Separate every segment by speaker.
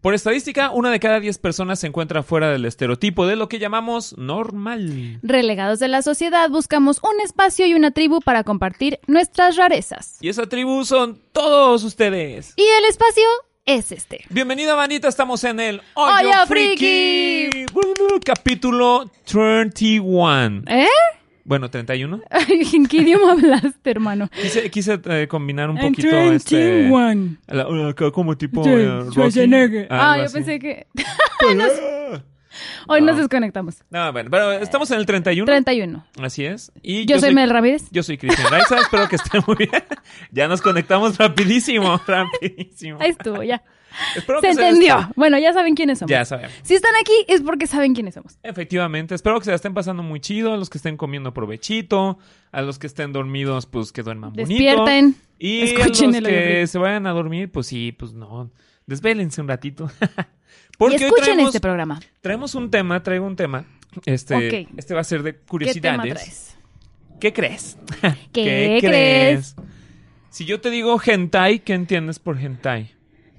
Speaker 1: Por estadística, una de cada 10 personas se encuentra fuera del estereotipo de lo que llamamos normal.
Speaker 2: Relegados de la sociedad, buscamos un espacio y una tribu para compartir nuestras rarezas.
Speaker 1: Y esa tribu son todos ustedes.
Speaker 2: Y el espacio es este.
Speaker 1: Bienvenida, bandita. Estamos en el
Speaker 2: Hoyo
Speaker 1: Hoyo
Speaker 2: Friki.
Speaker 1: Friki. Capítulo 31.
Speaker 2: ¿Eh?
Speaker 1: Bueno, 31.
Speaker 2: ¿En qué idioma hablaste, hermano?
Speaker 1: Quise, quise, eh, combinar un
Speaker 2: En
Speaker 1: poquito este... la- acá como tipo...
Speaker 2: Sí,
Speaker 1: eh, Rocky, algo
Speaker 2: Schwarzenegger. Ah, yo
Speaker 1: así. Ah.
Speaker 2: pensé que... Hoy nos desconectamos.
Speaker 1: No, bueno, pero estamos en el 31.
Speaker 2: 31.
Speaker 1: Así es. Y
Speaker 2: Yo, soy Mel Ramírez.
Speaker 1: Yo soy Cristian Raiza, espero que estén muy bien. Ya nos conectamos rapidísimo, rapidísimo.
Speaker 2: Ahí estuvo, ya.
Speaker 1: Espero
Speaker 2: Se
Speaker 1: que les-
Speaker 2: entendió. Bueno, ya saben quiénes somos.
Speaker 1: Ya sabemos.
Speaker 2: Si están aquí es porque saben quiénes somos.
Speaker 1: Efectivamente, espero que se la estén pasando muy chido, a los que estén comiendo provechito, a los que estén dormidos, pues que duerman bonito.
Speaker 2: Despierten.
Speaker 1: Y
Speaker 2: Escuchen
Speaker 1: a
Speaker 2: el
Speaker 1: los
Speaker 2: Hoyo
Speaker 1: que
Speaker 2: Friki.
Speaker 1: se vayan a dormir, pues sí, pues no. Desvélense un ratito.
Speaker 2: Y
Speaker 1: Porque hoy
Speaker 2: escuchen
Speaker 1: traemos,
Speaker 2: este programa.
Speaker 1: traemos un tema, traigo un tema. Este,
Speaker 2: Ok.
Speaker 1: este va a ser de
Speaker 2: ¿Qué tema
Speaker 1: curiosidades.
Speaker 2: traes?
Speaker 1: ¿Qué crees?
Speaker 2: ¿Qué crees?
Speaker 1: Si yo te digo hentai, ¿qué entiendes por hentai?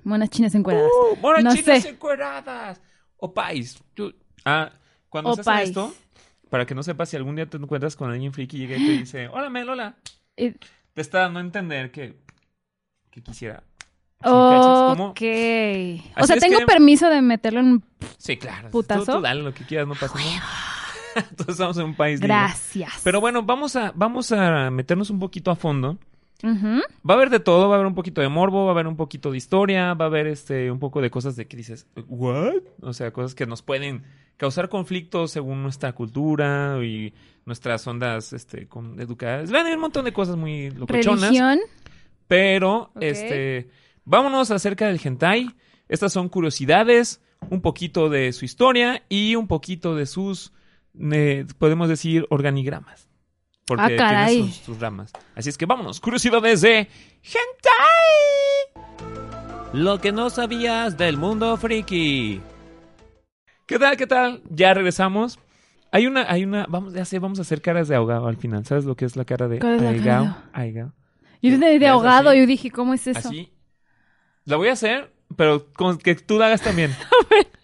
Speaker 2: Monas chinas encueradas.
Speaker 1: ¡Uh! ¡Monas
Speaker 2: no
Speaker 1: chinas
Speaker 2: sé.
Speaker 1: encueradas! ¡Opais! Tú- Ah, cuando se hace
Speaker 2: Opais.
Speaker 1: esto, para que no sepas si algún día te encuentras con alguien friki y llega y te dice, hola Mel, hola.
Speaker 2: Eh,
Speaker 1: Te está dando a entender que, que quisiera. ¿Sí cachas cómo?
Speaker 2: Ok. O
Speaker 1: Así
Speaker 2: sea,
Speaker 1: es
Speaker 2: tengo
Speaker 1: que-
Speaker 2: permiso de meterlo en...
Speaker 1: Sí, claro.
Speaker 2: ¿Putazo?
Speaker 1: Tú, tú dale lo que quieras, no pasa nada. Todos estamos en un país libre.
Speaker 2: Gracias.
Speaker 1: Pero bueno, vamos a, vamos a meternos un poquito a fondo.
Speaker 2: Ujú.
Speaker 1: Va a haber de todo, va a haber un poquito de morbo, va a haber un poquito de historia, va a haber este un poco de cosas de que dices, ¿what? O sea, cosas que nos pueden causar conflictos según nuestra cultura y nuestras ondas este con, educadas. Van a haber un montón de cosas muy locochonas,
Speaker 2: Religión.
Speaker 1: pero
Speaker 2: Ok.
Speaker 1: este vámonos acerca del hentai. Estas son curiosidades, un poquito de su historia y un poquito de sus eh, podemos decir organigramas. Porque
Speaker 2: Ah, caray.
Speaker 1: tiene sus, sus ramas. Así es que vámonos, curiosidades de hentai.
Speaker 3: Lo que no sabías del mundo friki.
Speaker 1: ¿Qué tal? ¿Qué tal? Ya regresamos. Hay una, hay una, vamos, ya sé, vamos a hacer caras de ahogado al final. ¿Sabes lo que es la cara de
Speaker 2: ¿Cuál es la cara de
Speaker 1: ahogado?
Speaker 2: ahogado?
Speaker 1: Ahogado.
Speaker 2: Yo
Speaker 1: Sí,
Speaker 2: de,
Speaker 1: ¿ves
Speaker 2: de ahogado,
Speaker 1: así?
Speaker 2: yo dije, ¿cómo es eso?
Speaker 1: Así. La voy a hacer, pero con que tú la hagas también.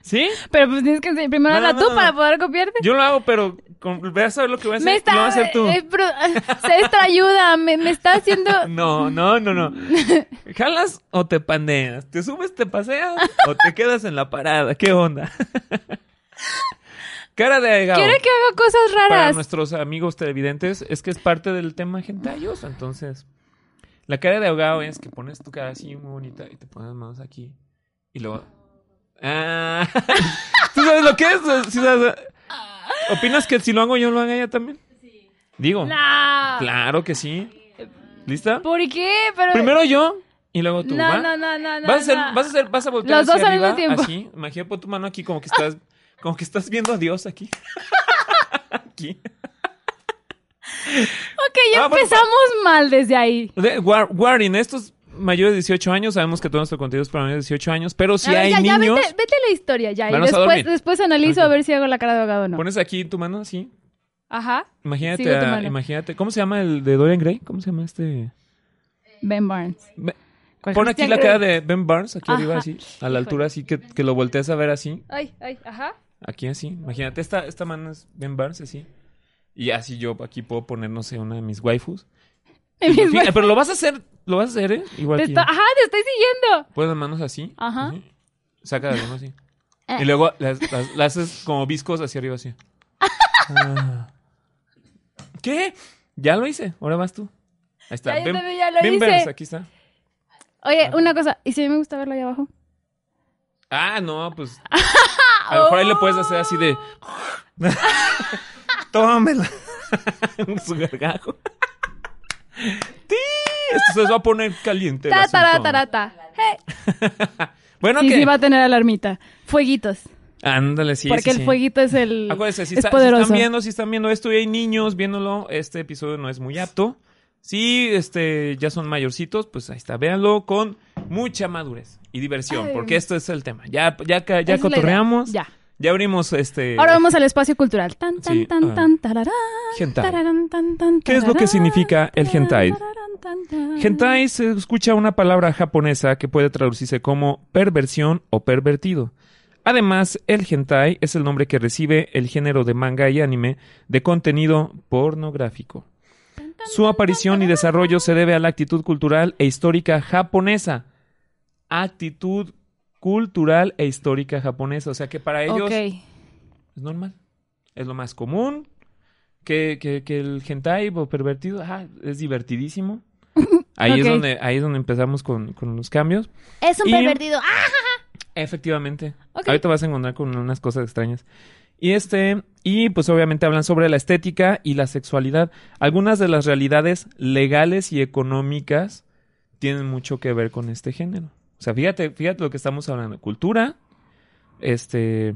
Speaker 1: ¿Sí?
Speaker 2: Pero pues tienes que enseñar primero
Speaker 1: No,
Speaker 2: hazla
Speaker 1: no,
Speaker 2: tú
Speaker 1: no.
Speaker 2: para poder copiarte.
Speaker 1: Yo lo hago, pero con, vas a ver lo que voy a hacer.
Speaker 2: me está.
Speaker 1: Lo vas a hacer tú.
Speaker 2: eh, pero, ah, Sestra, ayuda. Me, me está haciendo.
Speaker 1: No, no, no, no. ¿Jalas o te pandeas? ¿Te subes, te paseas o te quedas en la parada? ¿Qué onda? Cara de ahogado.
Speaker 2: Quiero que haga cosas
Speaker 1: Para
Speaker 2: raras.
Speaker 1: nuestros amigos televidentes, es que es parte del tema gentayos, entonces. La cara de ahogado es que pones tu cara así muy bonita y te pones las manos aquí. Y luego. Ah. ¿Tú sabes lo que es? ¿Sí sabes? ¿Opinas que si lo hago yo lo haga ella también? Digo.
Speaker 2: No.
Speaker 1: Claro que sí. ¿Lista?
Speaker 2: ¿Por qué? Pero.
Speaker 1: Primero yo y luego tú. ¿va?
Speaker 2: no, no, no, no, no.
Speaker 1: Vas a hacer,
Speaker 2: no.
Speaker 1: vas a hacer, vas a voltear
Speaker 2: Los
Speaker 1: hacia
Speaker 2: dos al mismo
Speaker 1: arriba,
Speaker 2: tiempo.
Speaker 1: así. Imagina pon tu mano aquí como que estás, como que estás viendo a Dios aquí. aquí.
Speaker 2: Ok, ya
Speaker 1: Ah, bueno,
Speaker 2: empezamos mal desde ahí.
Speaker 1: De- war- Warning, estos mayores de 18 años, sabemos que todo nuestro contenido es para mayores de 18 años, pero si
Speaker 2: A ver,
Speaker 1: hay
Speaker 2: ya, ya,
Speaker 1: niños,
Speaker 2: vete, vete la historia ya. Y
Speaker 1: Vamos a
Speaker 2: después,
Speaker 1: dormir.
Speaker 2: después analizo
Speaker 1: Ok.
Speaker 2: a ver si hago la cara de ahogado o no.
Speaker 1: pones aquí tu mano así.
Speaker 2: Ajá. Sigo
Speaker 1: Imagínate,
Speaker 2: tu
Speaker 1: a-
Speaker 2: mano.
Speaker 1: imagínate, ¿cómo se llama el de Dorian Gray? ¿Cómo se llama este?
Speaker 2: Ben Barnes.
Speaker 1: Ve-
Speaker 2: ¿Cuál
Speaker 1: Pon aquí
Speaker 2: Pues Christian
Speaker 1: la
Speaker 2: Grey?
Speaker 1: cara de Ben Barnes, aquí arriba
Speaker 2: Ajá.
Speaker 1: así, a la altura así, que, que lo volteas a ver así,
Speaker 2: Ay, ay, ajá.
Speaker 1: aquí así. Imagínate, esta, esta mano es Ben Barnes así. Y así yo aquí puedo poner, no sé, una de mis waifus.
Speaker 2: Mis
Speaker 1: Sí,
Speaker 2: manos-
Speaker 1: pero lo vas a hacer, lo vas a hacer, ¿eh? Igual
Speaker 2: te
Speaker 1: que
Speaker 2: está-
Speaker 1: yo.
Speaker 2: Ajá, te estoy siguiendo.
Speaker 1: Pon Pues las manos así.
Speaker 2: Ajá.
Speaker 1: así. Saca las manos así.
Speaker 2: Eh.
Speaker 1: Y luego las, las- las haces como viscos hacia arriba así. Ah. ¿Qué? Ya lo hice. Ahora vas tú. Ahí está.
Speaker 2: Ya, yo
Speaker 1: Ven-
Speaker 2: también ya lo
Speaker 1: ven
Speaker 2: hice.
Speaker 1: Verse, aquí está.
Speaker 2: Oye, una cosa, ¿y si a mí me gusta verlo ahí abajo?
Speaker 1: Ah, no, pues. A lo mejor ahí lo puedes hacer así de.
Speaker 2: Oh.
Speaker 1: Tómela. Su gargajo. ¡Ti! Esto se les va a poner caliente. el
Speaker 2: Ta, tara,
Speaker 1: asunto.
Speaker 2: tara, ta. Hey.
Speaker 1: Bueno,
Speaker 2: Y
Speaker 1: que.
Speaker 2: sí va a tener alarmita. Fueguitos.
Speaker 1: Ándale, sí.
Speaker 2: porque
Speaker 1: sí,
Speaker 2: el
Speaker 1: sí.
Speaker 2: fueguito es el.
Speaker 1: Acuérdense, si,
Speaker 2: es
Speaker 1: está- si
Speaker 2: poderoso.
Speaker 1: están viendo, si están viendo esto y hay niños viéndolo, este episodio no es muy apto. Si este, ya son mayorcitos, pues ahí está, véanlo con mucha madurez y diversión,
Speaker 2: Ay.
Speaker 1: porque esto es el tema. Ya, ya, ca- ya
Speaker 2: Esa es la idea.
Speaker 1: cotorreamos, ya.
Speaker 2: Ya.
Speaker 1: abrimos este...
Speaker 2: Ahora vamos al espacio cultural. Tan, tan,
Speaker 1: Sí,
Speaker 2: tan,
Speaker 1: ah.
Speaker 2: tan, tararán,
Speaker 1: Hentai.
Speaker 2: tararán, tan, tan,
Speaker 1: ¿Qué es lo que
Speaker 2: tararán,
Speaker 1: significa el hentai?
Speaker 2: tararán, tan, tan.
Speaker 1: Hentai se escucha una palabra japonesa que puede traducirse como perversión o pervertido. Además, el hentai es el nombre que recibe el género de manga y anime de contenido pornográfico. Su aparición y desarrollo se debe a la actitud cultural e histórica japonesa. Actitud cultural e histórica japonesa. O sea que para ellos
Speaker 2: Ok.
Speaker 1: es normal. Es lo más común. Que, que- que el hentai o pervertido ah, es divertidísimo. Ahí, es
Speaker 2: Ok.
Speaker 1: donde, ahí es donde empezamos con, con los cambios.
Speaker 2: Es un
Speaker 1: Y-
Speaker 2: pervertido. ¡Ah!
Speaker 1: Efectivamente.
Speaker 2: Ok.
Speaker 1: Ahorita vas a encontrar con unas cosas extrañas. Y este, y pues obviamente hablan sobre la estética y la sexualidad. Algunas de las realidades legales y económicas tienen mucho que ver con este género. O sea, fíjate, fíjate lo que estamos hablando. Cultura, este,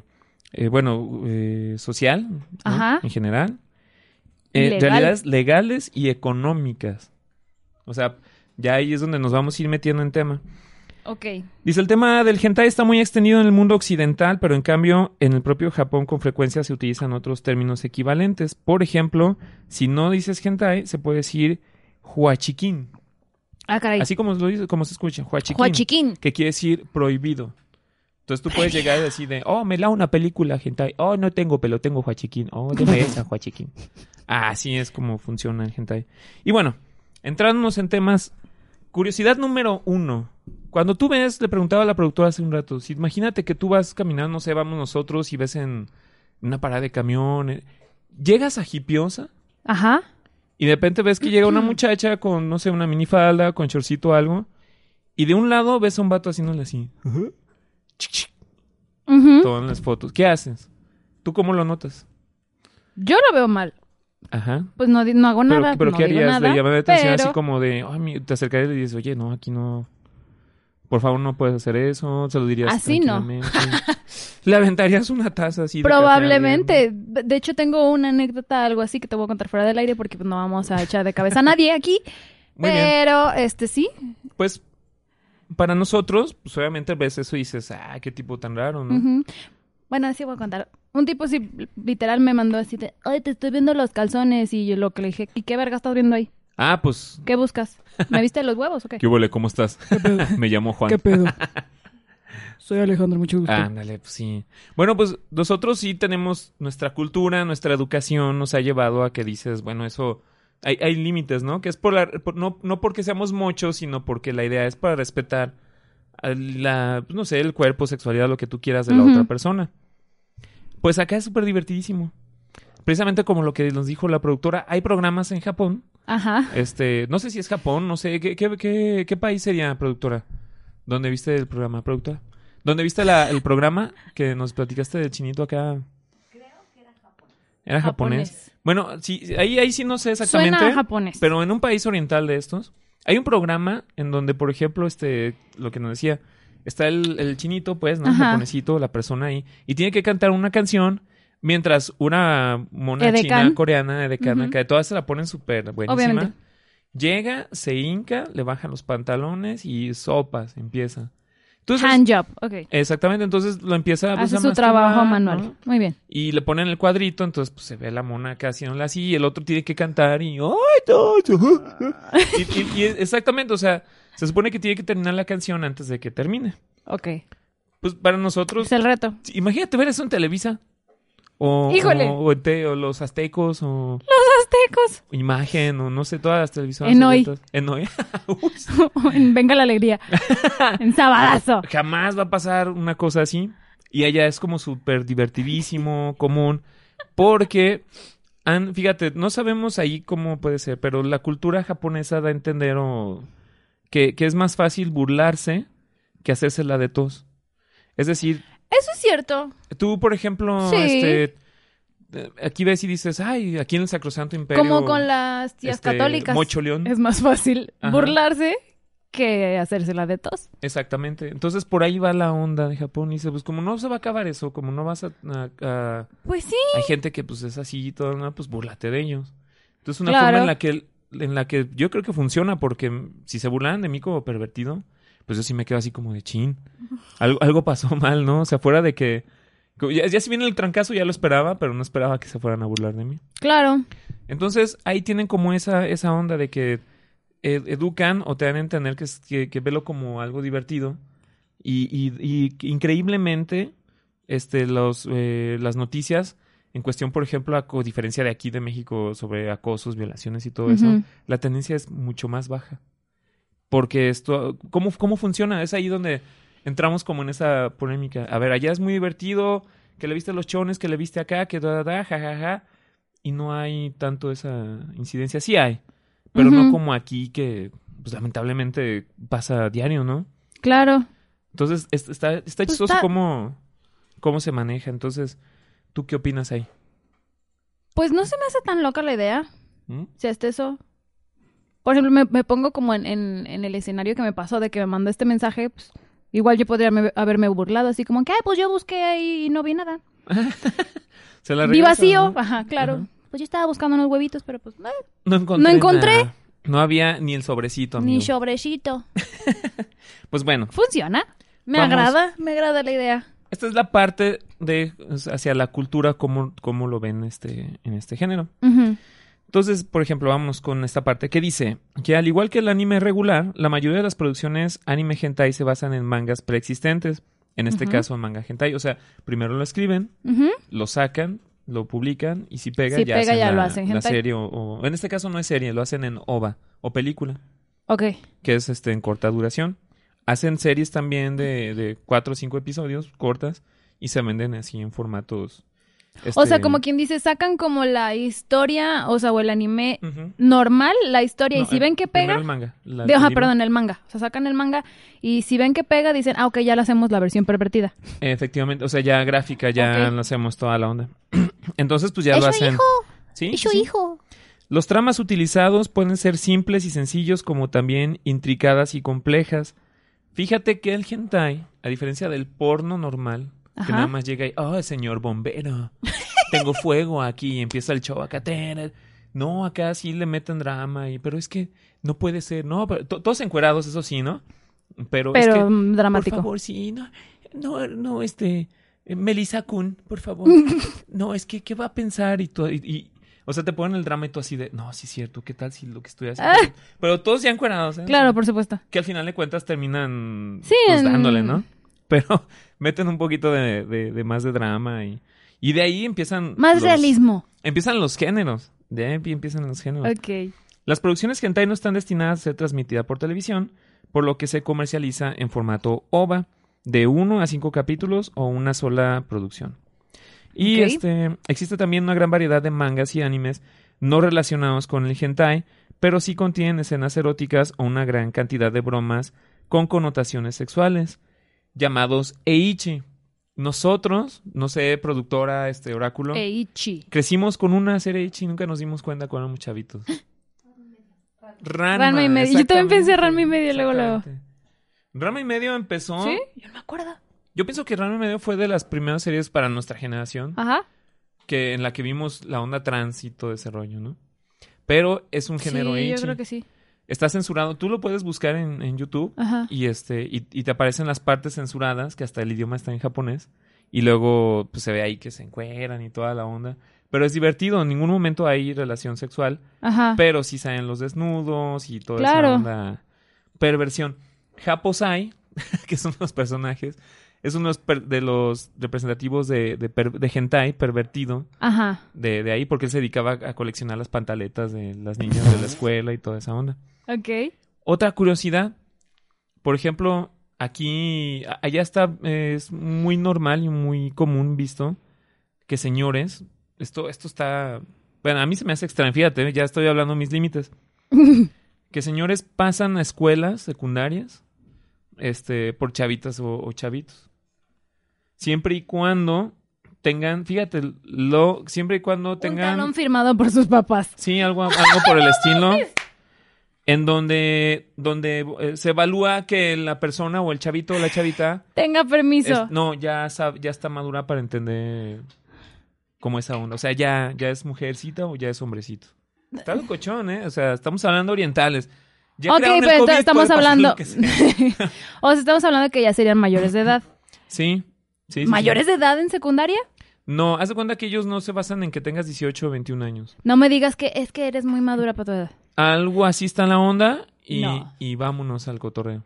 Speaker 1: eh, bueno, eh, social, ¿no?
Speaker 2: Ajá.
Speaker 1: en general. Eh,
Speaker 2: Legal.
Speaker 1: Realidades legales y económicas. O sea, ya ahí es donde nos vamos a ir metiendo en tema.
Speaker 2: Ok.
Speaker 1: Dice, el tema del hentai está muy extendido en el mundo occidental, pero en cambio en el propio Japón con frecuencia se utilizan otros términos equivalentes. Por ejemplo, si no dices hentai, se puede decir huachiquín.
Speaker 2: Ah, caray.
Speaker 1: Así como lo dice, como se escucha, huachiquín.
Speaker 2: Joachiquín.
Speaker 1: Que quiere decir prohibido. Entonces tú puedes llegar y decir de, oh, me la una película hentai. Oh, no tengo pelo, tengo huachiquín. Oh, deme esa huachiquín. Así es como funciona el hentai. Y bueno, entrándonos en temas. Curiosidad número uno. Cuando tú ves, le preguntaba a la productora hace un rato, si imagínate que tú vas caminando, no sé, vamos nosotros y ves en una parada de camión, eh, llegas a Hipiosa
Speaker 2: Ajá.
Speaker 1: y de repente ves que llega una muchacha con, no sé, una minifalda, con chorcito o algo, y de un lado ves a un vato haciéndole así, chic, chic,
Speaker 2: Ujú.
Speaker 1: todas las fotos. ¿Qué haces? ¿Tú cómo lo notas?
Speaker 2: Yo lo veo mal.
Speaker 1: Ajá.
Speaker 2: Pues no, di- no hago
Speaker 1: Pero,
Speaker 2: nada.
Speaker 1: pero
Speaker 2: no
Speaker 1: ¿qué
Speaker 2: digo
Speaker 1: harías?
Speaker 2: nada,
Speaker 1: de llamar la atención así
Speaker 2: pero-
Speaker 1: como de, "Ay, mi-", te acercarías y le dices, oye, no, aquí no, por favor no puedes hacer eso, se lo dirías
Speaker 2: Así no.
Speaker 1: tranquilamente. Le aventarías una taza así. de café a alguien.
Speaker 2: Probablemente. De hecho, tengo una anécdota, algo así, que te voy a contar fuera del aire porque pues, no vamos a echar de cabeza a nadie aquí.
Speaker 1: Muy bien.
Speaker 2: pero, este, sí.
Speaker 1: Pues, para nosotros, pues obviamente ves eso y dices, ah, qué tipo tan raro, ¿no?
Speaker 2: Ujú. Bueno, así voy a contar. Un tipo sí, literal, me mandó así de, oye, te estoy viendo los calzones y yo lo que le dije, ¿y qué verga estás viendo ahí?
Speaker 1: Ah, pues
Speaker 2: ¿Qué buscas? ¿Me viste los huevos o qué?
Speaker 1: huele? ¿Cómo estás? Me llamo Juan.
Speaker 4: ¿Qué pedo? Soy Alejandro, mucho gusto.
Speaker 1: Ándale, pues sí. Bueno, pues nosotros sí tenemos nuestra cultura, nuestra educación nos ha llevado a que dices, bueno, eso hay, hay límites, ¿no? Que es por la por- no no porque seamos mochos, sino porque la idea es para respetar a la pues, no sé, el cuerpo, sexualidad, lo que tú quieras de la
Speaker 2: Ujú.
Speaker 1: otra persona. Pues acá es súper divertidísimo. Precisamente como lo que nos dijo la productora, hay programas en Japón
Speaker 2: Ajá.
Speaker 1: este, no sé si es Japón, no sé, ¿qué, qué, qué, qué país sería, productora? ¿Dónde viste el programa, productora? ¿Dónde viste la- el programa que nos platicaste del chinito acá? Creo que era japonés. ¿Era japonés? Bueno, sí, ahí, ahí sí no sé exactamente.
Speaker 2: Suena a japonés.
Speaker 1: Pero en un país oriental de estos, hay un programa en donde, por ejemplo, este, lo que nos decía, está el, el chinito, pues, ¿no? El
Speaker 2: Ajá.
Speaker 1: japonesito, la persona ahí, y tiene que cantar una canción mientras una mona
Speaker 2: Edecán.
Speaker 1: china, coreana, edecana,
Speaker 2: Ujú.
Speaker 1: que todas se la ponen súper buenísima.
Speaker 2: Obviamente.
Speaker 1: Llega, se hinca, le bajan los pantalones y sopas, empieza. Entonces,
Speaker 2: Hand job, ok.
Speaker 1: exactamente, entonces lo empieza pues,
Speaker 2: Hace
Speaker 1: a
Speaker 2: su
Speaker 1: masturbar,
Speaker 2: trabajo
Speaker 1: ¿no?
Speaker 2: manual. Muy bien.
Speaker 1: y le ponen el cuadrito, entonces pues, se ve la mona acá haciéndola así, y el otro tiene que cantar y ¡ay, no!
Speaker 2: Ah.
Speaker 1: y, y- y exactamente, o sea, se supone que tiene que terminar la canción antes de que termine.
Speaker 2: Ok.
Speaker 1: Pues para nosotros,
Speaker 2: Es el reto.
Speaker 1: imagínate ver eso en Televisa. O,
Speaker 2: Híjole.
Speaker 1: o, o en te- o los aztecos, o
Speaker 2: Los
Speaker 1: imagen, o no sé, todas las televisoras.
Speaker 2: En Hoy.
Speaker 1: abiertas. En hoy. Uy,
Speaker 2: aztecos. en Venga la alegría. en sabadazo.
Speaker 1: Jamás va a pasar una cosa así. Y allá es como súper divertidísimo, común. Porque, han, fíjate, no sabemos ahí cómo puede ser, pero la cultura japonesa da a entender o, que, que es más fácil burlarse que hacerse la de tos. Es decir,
Speaker 2: Eso es cierto.
Speaker 1: tú, por ejemplo,
Speaker 2: Sí.
Speaker 1: este, eh, aquí ves y dices, ay, aquí en el Sacrosanto Imperio.
Speaker 2: Como con las tías
Speaker 1: este,
Speaker 2: católicas.
Speaker 1: Mocho León.
Speaker 2: Es más fácil
Speaker 1: Ajá.
Speaker 2: burlarse que hacérsela de tos.
Speaker 1: Exactamente. Entonces por ahí va la onda de Japón. Y dice, pues como no se va a acabar eso, como no vas a... a- a-
Speaker 2: Pues sí.
Speaker 1: hay gente que pues es así y todo, ¿no? pues burlate de ellos. Entonces una
Speaker 2: Claro.
Speaker 1: forma en la que en la que yo creo que funciona porque si se burlaran de mí como pervertido, pues yo sí me quedo así como de chin. Algo, algo pasó mal, ¿no? O sea, fuera de que... como Ya, ya si viene el trancazo ya lo esperaba, pero no esperaba que se fueran a burlar de mí.
Speaker 2: Claro.
Speaker 1: Entonces, ahí tienen como esa, esa onda de que ed- educan o te dan a entender que, es- que, que velo como algo divertido. Y, y- y que increíblemente, este, los, eh, las noticias en cuestión, por ejemplo, a co- diferencia de aquí de México sobre acosos, violaciones y todo eso,
Speaker 2: Ujú.
Speaker 1: la tendencia es mucho más baja. Porque esto, ¿cómo, ¿cómo funciona? Es ahí donde entramos como en esa polémica. A ver, allá es muy divertido, que le viste a los chones, que le viste acá, que da, da, da, ja, ja, ja. Y no hay tanto esa incidencia. Sí hay, pero no
Speaker 2: Ujú.
Speaker 1: como aquí que, pues lamentablemente pasa a diario, ¿no?
Speaker 2: Claro.
Speaker 1: Entonces, es- está, está
Speaker 2: Pues
Speaker 1: chistoso
Speaker 2: está-
Speaker 1: cómo, cómo se maneja. Entonces, ¿tú qué opinas ahí?
Speaker 2: Pues no se me hace tan loca la idea.
Speaker 1: ¿Mm?
Speaker 2: Si hasta eso. Por ejemplo, me, me pongo como en, en- en el escenario que me pasó de que me mandó este mensaje. pues, igual yo podría me- haberme burlado, así como que, ay, pues yo busqué ahí y no vi nada.
Speaker 1: Se la
Speaker 2: vi
Speaker 1: regresan,
Speaker 2: vacío.
Speaker 1: ¿no?
Speaker 2: Ajá, claro.
Speaker 1: Ajá.
Speaker 2: Pues yo estaba buscando unos huevitos, pero pues, eh,
Speaker 1: No encontré.
Speaker 2: No encontré.
Speaker 1: nada. No había ni el sobrecito, amigo.
Speaker 2: ni sobrecito.
Speaker 1: Pues bueno,
Speaker 2: Funciona. Me
Speaker 1: Vamos.
Speaker 2: agrada, me agrada la idea.
Speaker 1: esta es la parte de o sea, hacia la cultura, cómo, cómo lo ven este, en este género.
Speaker 2: Ujú.
Speaker 1: Entonces, por ejemplo, vamos con esta parte que dice que al igual que el anime regular, la mayoría de las producciones anime hentai se basan en mangas preexistentes. En este
Speaker 2: Ujú.
Speaker 1: caso, manga hentai. O sea, primero lo escriben,
Speaker 2: Ujú.
Speaker 1: lo sacan, lo publican y si pega,
Speaker 2: Si
Speaker 1: ya,
Speaker 2: pega,
Speaker 1: hacen
Speaker 2: ya
Speaker 1: la,
Speaker 2: lo hacen
Speaker 1: la
Speaker 2: hentai.
Speaker 1: serie o, o- En este caso no es serie, lo hacen en OVA o película,
Speaker 2: Ok.
Speaker 1: que es este en corta duración. Hacen series también de, de cuatro o cinco episodios cortas y se venden así en formatos...
Speaker 2: O sea,
Speaker 1: este,
Speaker 2: como quien dice, sacan como la historia, o sea, o el anime
Speaker 1: ujú.
Speaker 2: normal, la historia, y
Speaker 1: No,
Speaker 2: si
Speaker 1: eh,
Speaker 2: ven que
Speaker 1: primero
Speaker 2: pega,
Speaker 1: el manga, la-
Speaker 2: de, ajá,
Speaker 1: el anime.
Speaker 2: perdón, el manga. O sea, sacan el manga y si ven que pega, dicen, ah, ok, ya le hacemos la versión pervertida.
Speaker 1: Efectivamente, o sea, ya gráfica, ya
Speaker 2: Ok.
Speaker 1: no hacemos toda la onda. Entonces, pues ya lo hacen. ¿Sí? sí, sí.
Speaker 2: hijo.
Speaker 1: Los tramas utilizados pueden ser simples y sencillos, como también intricadas y complejas. Fíjate que el hentai, a diferencia del porno normal, que
Speaker 2: Ajá.
Speaker 1: nada más llega y, oh, señor bombero, tengo fuego aquí, y empieza el show acá. tener. No, acá sí le meten drama, y, pero es que no puede ser, no, pero, to- todos encuerados, eso sí, ¿no? Pero, es
Speaker 2: Pero
Speaker 1: que-
Speaker 2: mm, dramático.
Speaker 1: por favor, sí, no, no, no, este, eh, Melissa Kun, por favor. no, es que, ¿qué va a pensar? Y, tú, y, y- o sea, te ponen el drama y tú así de, no, sí es cierto, ¿qué tal si lo que estoy haciendo? Pero todos ya encuerados, ¿eh?
Speaker 2: Ah. Claro, por supuesto.
Speaker 1: Que al final de cuentas terminan,
Speaker 2: Sí,
Speaker 1: pues,
Speaker 2: en-
Speaker 1: dándole, ¿no? Pero meten un poquito de, de- de más de drama y, y de ahí empiezan...
Speaker 2: Más
Speaker 1: los-
Speaker 2: realismo.
Speaker 1: Empiezan los géneros. De ahí empiezan los géneros.
Speaker 2: Ok.
Speaker 1: Las producciones hentai no están destinadas a ser transmitidas por televisión, por lo que se comercializa en formato OVA, de 1 a 5 capítulos o una sola producción. Y
Speaker 2: Ok.
Speaker 1: este, existe también una gran variedad de mangas y animes no relacionados con el hentai, pero sí contienen escenas eróticas o una gran cantidad de bromas con connotaciones sexuales, llamados Eichi. Nosotros, no sé, productora, este oráculo,
Speaker 2: Eichi.
Speaker 1: Crecimos con una serie Ichi y nunca nos dimos cuenta cuando éramos chavitos. Ranma,
Speaker 2: Ranma y medio. Yo también pensé
Speaker 1: exactamente,
Speaker 2: Ranma y medio, luego, luego.
Speaker 1: exactamente. Ranma y medio empezó.
Speaker 2: ¿Sí? Yo no me acuerdo.
Speaker 1: Yo pienso que Ranma y medio fue de las primeras series para nuestra generación
Speaker 2: Ajá.
Speaker 1: que en la que vimos la onda trans y todo ese rollo, ¿no? Pero es un género
Speaker 2: sí, yo
Speaker 1: ecchi.
Speaker 2: creo que sí.
Speaker 1: Está censurado. Tú lo puedes buscar en, en YouTube
Speaker 2: Ajá.
Speaker 1: y este y, y te aparecen las partes censuradas que hasta el idioma está en japonés y luego pues, se ve ahí que se encueran y toda la onda pero es divertido en ningún momento hay relación sexual
Speaker 2: Ajá.
Speaker 1: pero sí salen los desnudos y toda
Speaker 2: Ah. Claro.
Speaker 1: esa onda perversión Japosai que son los personajes es uno de los per- de los representativos de, de, per- de hentai pervertido
Speaker 2: Ajá.
Speaker 1: de, de ahí porque él se dedicaba a coleccionar las pantaletas de las niñas de la escuela y toda esa onda
Speaker 2: Ok.
Speaker 1: otra curiosidad, por ejemplo, aquí, a- allá está, eh, es muy normal y muy común visto que señores, esto, esto está, bueno, a mí se me hace extraño, fíjate, ya estoy hablando de mis límites, que señores pasan a escuelas secundarias, este, por chavitas o, o chavitos. Siempre y cuando tengan, fíjate, lo, siempre y cuando
Speaker 2: Un
Speaker 1: tengan.
Speaker 2: talón firmado por sus papás.
Speaker 1: Sí, algo, algo por el estilo. En donde, donde eh, se evalúa que la persona o el chavito o la chavita
Speaker 2: Tenga permiso.
Speaker 1: es- no, ya, sab- ya está madura para entender cómo es esa onda. O sea, ya, ya es mujercita o ya es hombrecito. Está locochón, ¿eh? O sea, estamos hablando orientales. Ya
Speaker 2: ok,
Speaker 1: crearon el
Speaker 2: pero
Speaker 1: COVID,
Speaker 2: entonces estamos
Speaker 1: puede pasar lo
Speaker 2: hablando.
Speaker 1: que sea.
Speaker 2: o sea, estamos hablando que ya serían mayores de edad.
Speaker 1: Sí. sí, sí, sí.
Speaker 2: ¿Mayores de edad en secundaria?
Speaker 1: No, haz de cuenta que ellos no se basan en que tengas 18 o 21 años.
Speaker 2: No me digas que es que eres muy madura para tu edad.
Speaker 1: Algo así está la onda y,
Speaker 2: No.
Speaker 1: y vámonos al cotorreo.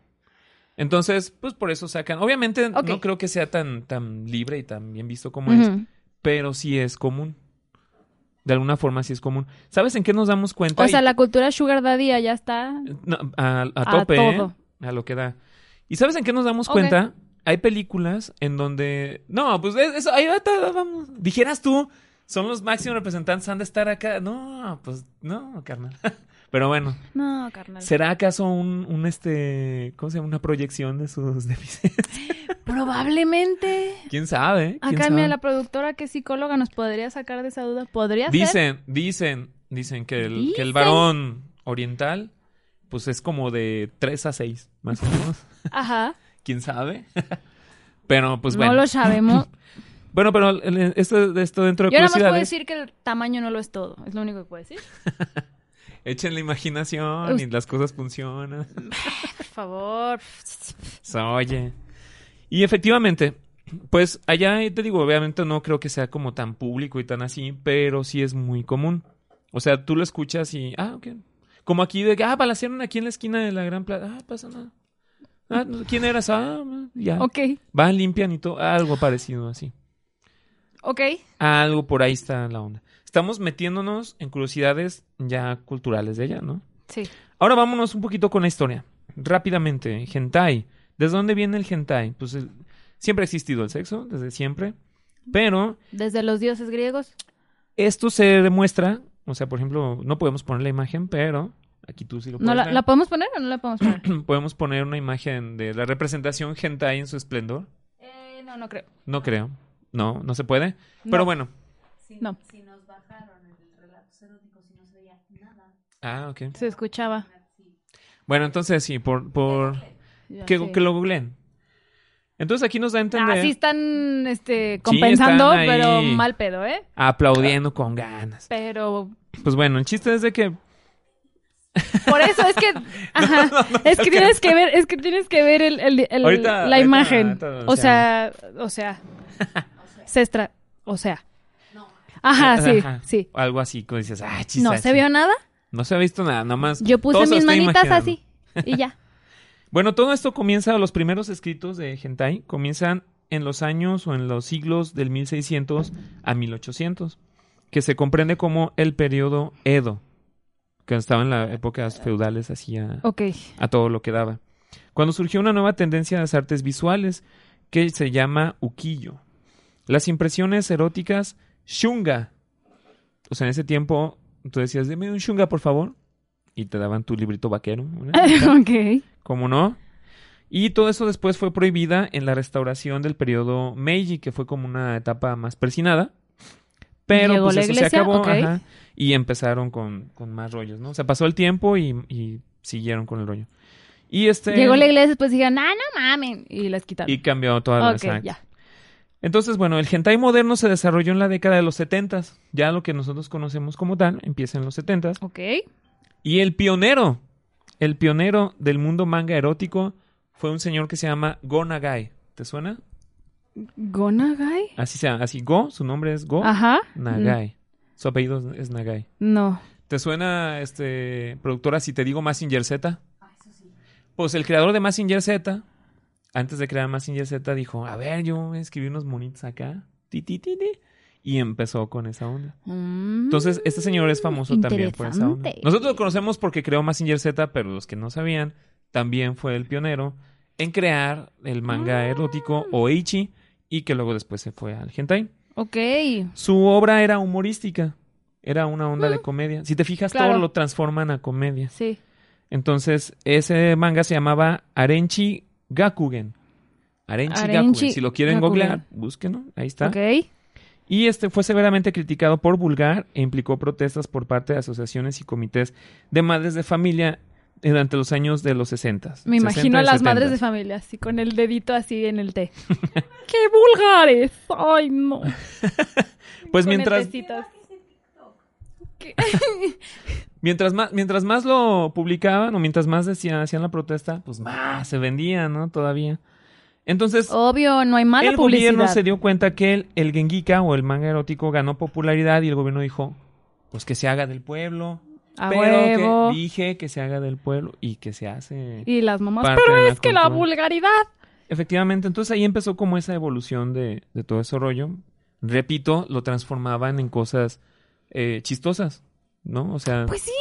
Speaker 1: Entonces, pues por eso sacan. Obviamente
Speaker 2: Ok.
Speaker 1: no creo que sea tan, tan libre y tan bien visto como es,
Speaker 2: Ujú.
Speaker 1: pero sí es común. De alguna forma sí es común. ¿Sabes en qué nos damos cuenta?
Speaker 2: O
Speaker 1: Y-
Speaker 2: sea, la cultura sugar daddy ya está
Speaker 1: No, a, a
Speaker 2: A
Speaker 1: tope, ¿eh?
Speaker 2: todo.
Speaker 1: a lo que da. ¿Y sabes en qué nos damos
Speaker 2: Ok.
Speaker 1: cuenta? Hay películas en donde... No, pues es- eso, ahí va, ta- vamos. Dijeras tú, son los máximos representantes, han de estar acá. No, pues no, carnal. Pero bueno,
Speaker 2: No, carnal.
Speaker 1: ¿será acaso un, un, este... ¿Cómo se llama? Una proyección de sus déficits?
Speaker 2: Probablemente.
Speaker 1: ¿Quién sabe? ¿Quién
Speaker 2: Acá,
Speaker 1: sabe?
Speaker 2: mira, Ah, la productora que es psicóloga nos podría sacar de esa duda. ¿Podría ser?
Speaker 1: Dicen, dicen, dicen que el, que el
Speaker 2: Dicen.
Speaker 1: varón oriental, pues es como de 3 a 6, más o menos.
Speaker 2: Ajá.
Speaker 1: ¿Quién sabe? Pero pues
Speaker 2: no
Speaker 1: bueno.
Speaker 2: lo sabemos.
Speaker 1: Bueno, pero el- el- esto, esto dentro de
Speaker 2: Yo nada más puedo
Speaker 1: curiosidades.
Speaker 2: decir que el tamaño no lo es todo. Es lo único que puedo decir.
Speaker 1: Echen la imaginación y las cosas funcionan.
Speaker 2: Por favor.
Speaker 1: Se Oye. Y efectivamente, pues allá eh, te digo, obviamente no creo que sea como tan público y tan así, pero sí es muy común. O sea, tú lo escuchas y, ah, ok. Como aquí de, que, ah, balacearon aquí en la esquina de la Gran Plaza. Ah, pasa nada. Ah, no, ¿quién eras? Ah, ya.
Speaker 2: Ok,
Speaker 1: Van, limpian y todo. Algo parecido así.
Speaker 2: ok.
Speaker 1: Algo por ahí está la onda. Estamos metiéndonos en curiosidades ya culturales de allá, ¿no?
Speaker 2: Sí.
Speaker 1: Ahora vámonos un poquito con la historia. Rápidamente, hentai. ¿Desde dónde viene el hentai? Pues el- siempre ha existido el sexo, desde siempre. Pero
Speaker 2: Desde los dioses griegos.
Speaker 1: esto se demuestra, o sea, por ejemplo, no podemos poner la imagen, pero aquí tú sí lo puedes
Speaker 2: ¿No la,
Speaker 1: ver.
Speaker 2: la podemos poner o no la podemos poner?
Speaker 1: Podemos poner una imagen de la representación hentai en su esplendor.
Speaker 2: Eh, no, no creo.
Speaker 1: No creo. No, no se puede.
Speaker 2: No.
Speaker 1: Pero bueno.
Speaker 2: No.
Speaker 1: Ah, ok.
Speaker 2: Se escuchaba.
Speaker 1: Bueno, entonces sí, por... por...
Speaker 2: Ya,
Speaker 1: Que,
Speaker 2: sí.
Speaker 1: que lo googleen. Entonces aquí nos da a entender.
Speaker 2: Ah, sí están este,
Speaker 1: están
Speaker 2: compensando,
Speaker 1: ahí.
Speaker 2: pero mal pedo, ¿eh?
Speaker 1: Aplaudiendo con ganas.
Speaker 2: Pero
Speaker 1: Pues bueno, el chiste es de que.
Speaker 2: por eso es que ajá, es que tienes que ver, es que tienes que ver el, el- el-
Speaker 1: Ahorita- ahorita-
Speaker 2: la imagen.
Speaker 1: ahorita,
Speaker 2: o sea, o sea, se extra, o sea. Ajá, Ah, sí,
Speaker 1: Ajá,
Speaker 2: sí.
Speaker 1: Algo así, como dices, ah, chiste.
Speaker 2: No se vio nada.
Speaker 1: No se ha visto nada, nada más.
Speaker 2: Yo puse
Speaker 1: todo se
Speaker 2: mis
Speaker 1: está
Speaker 2: manitas
Speaker 1: imaginando.
Speaker 2: así y ya.
Speaker 1: Bueno, todo esto comienza, los primeros escritos de Hentai comienzan en los años o en los siglos del 1600 a 1800, que se comprende como el periodo Edo, que estaba en las épocas feudales hacia,
Speaker 2: Ok.
Speaker 1: a todo lo que daba. Cuando surgió una nueva tendencia a las artes visuales que se llama ukiyo. Las impresiones eróticas shunga. O sea, en ese tiempo tú decías, deme un shunga, por favor. Y te daban tu librito vaquero. ¿no?
Speaker 2: ok.
Speaker 1: ¿Cómo no? Y todo eso después fue prohibida en la restauración del periodo Meiji, que fue como una etapa más persinada. Pero
Speaker 2: Llegó
Speaker 1: pues
Speaker 2: la
Speaker 1: eso se
Speaker 2: iglesia,
Speaker 1: acabó
Speaker 2: ok.
Speaker 1: ajá, y empezaron con, con más rollos, ¿no? O sea, pasó el tiempo y, y siguieron con el rollo. Y este
Speaker 2: Llegó la iglesia después dijeron, "Ah, no mamen" y las quitaron.
Speaker 1: y cambió toda la
Speaker 2: ok,
Speaker 1: exacto.
Speaker 2: ya.
Speaker 1: Entonces, bueno, el hentai moderno se desarrolló en la década de los 70 ya lo que nosotros conocemos como tal empieza en los 70
Speaker 2: Ok.
Speaker 1: y el pionero, el pionero del mundo manga erótico fue un señor que se llama Go Nagai. ¿Te suena?
Speaker 2: Gonagai.
Speaker 1: Así sea, así Go, su nombre es Go
Speaker 2: Ajá. Mm,
Speaker 1: Nagai. Su apellido es Nagai.
Speaker 2: No.
Speaker 1: ¿Te suena, este, productora, si te digo Massinger Z? Pues el creador de Massinger Z, antes de crear Massinger Z, dijo, a ver, yo voy a escribir unos monitos acá. Ti, ti, ti, ti. Y empezó con esa onda. Entonces, este señor es famoso también por esa onda.
Speaker 2: interesante.
Speaker 1: Nosotros lo conocemos porque creó Massinger Z, pero los que no sabían, también fue el pionero en crear el manga erótico Oichi y que luego después se fue al hentai.
Speaker 2: Ok.
Speaker 1: Su obra era humorística. Era una onda de comedia. Si te fijas,
Speaker 2: Claro.
Speaker 1: todo lo transforman a comedia.
Speaker 2: Sí.
Speaker 1: Entonces, ese manga se llamaba Arenchi Gakugen. Arenchi
Speaker 2: Arenchi
Speaker 1: Gakuen. Si lo quieren
Speaker 2: Gakuen.
Speaker 1: googlear, búsquenlo. Ahí está.
Speaker 2: Ok.
Speaker 1: Y este fue severamente criticado por vulgar e implicó protestas por parte de asociaciones y comités de madres de familia durante los años de los 60.
Speaker 2: Me imagino a las madres de familia, así con el dedito así en el té. ¡Qué vulgares! ¡Ay, no!
Speaker 1: Pues
Speaker 2: Con el
Speaker 1: mientras,
Speaker 2: tecitas. ¿Qué?
Speaker 1: mientras, más, mientras más lo publicaban o mientras más decían, hacían la protesta, pues más se vendía, ¿no? Todavía. Entonces,
Speaker 2: Obvio, no hay mala
Speaker 1: el gobierno
Speaker 2: publicidad.
Speaker 1: se dio cuenta que el, el Gengika o el manga erótico ganó popularidad y el gobierno dijo, pues que se haga del pueblo.
Speaker 2: A
Speaker 1: pero
Speaker 2: huevo.
Speaker 1: que dije que se haga del pueblo y que se hace.
Speaker 2: Y las mamás.
Speaker 1: parte
Speaker 2: Pero
Speaker 1: de la
Speaker 2: es que la
Speaker 1: cultura".
Speaker 2: vulgaridad.
Speaker 1: Efectivamente, entonces ahí empezó como esa evolución de, de todo ese rollo. Repito, lo transformaban en cosas eh, chistosas, ¿no? O sea,
Speaker 2: Pues sí,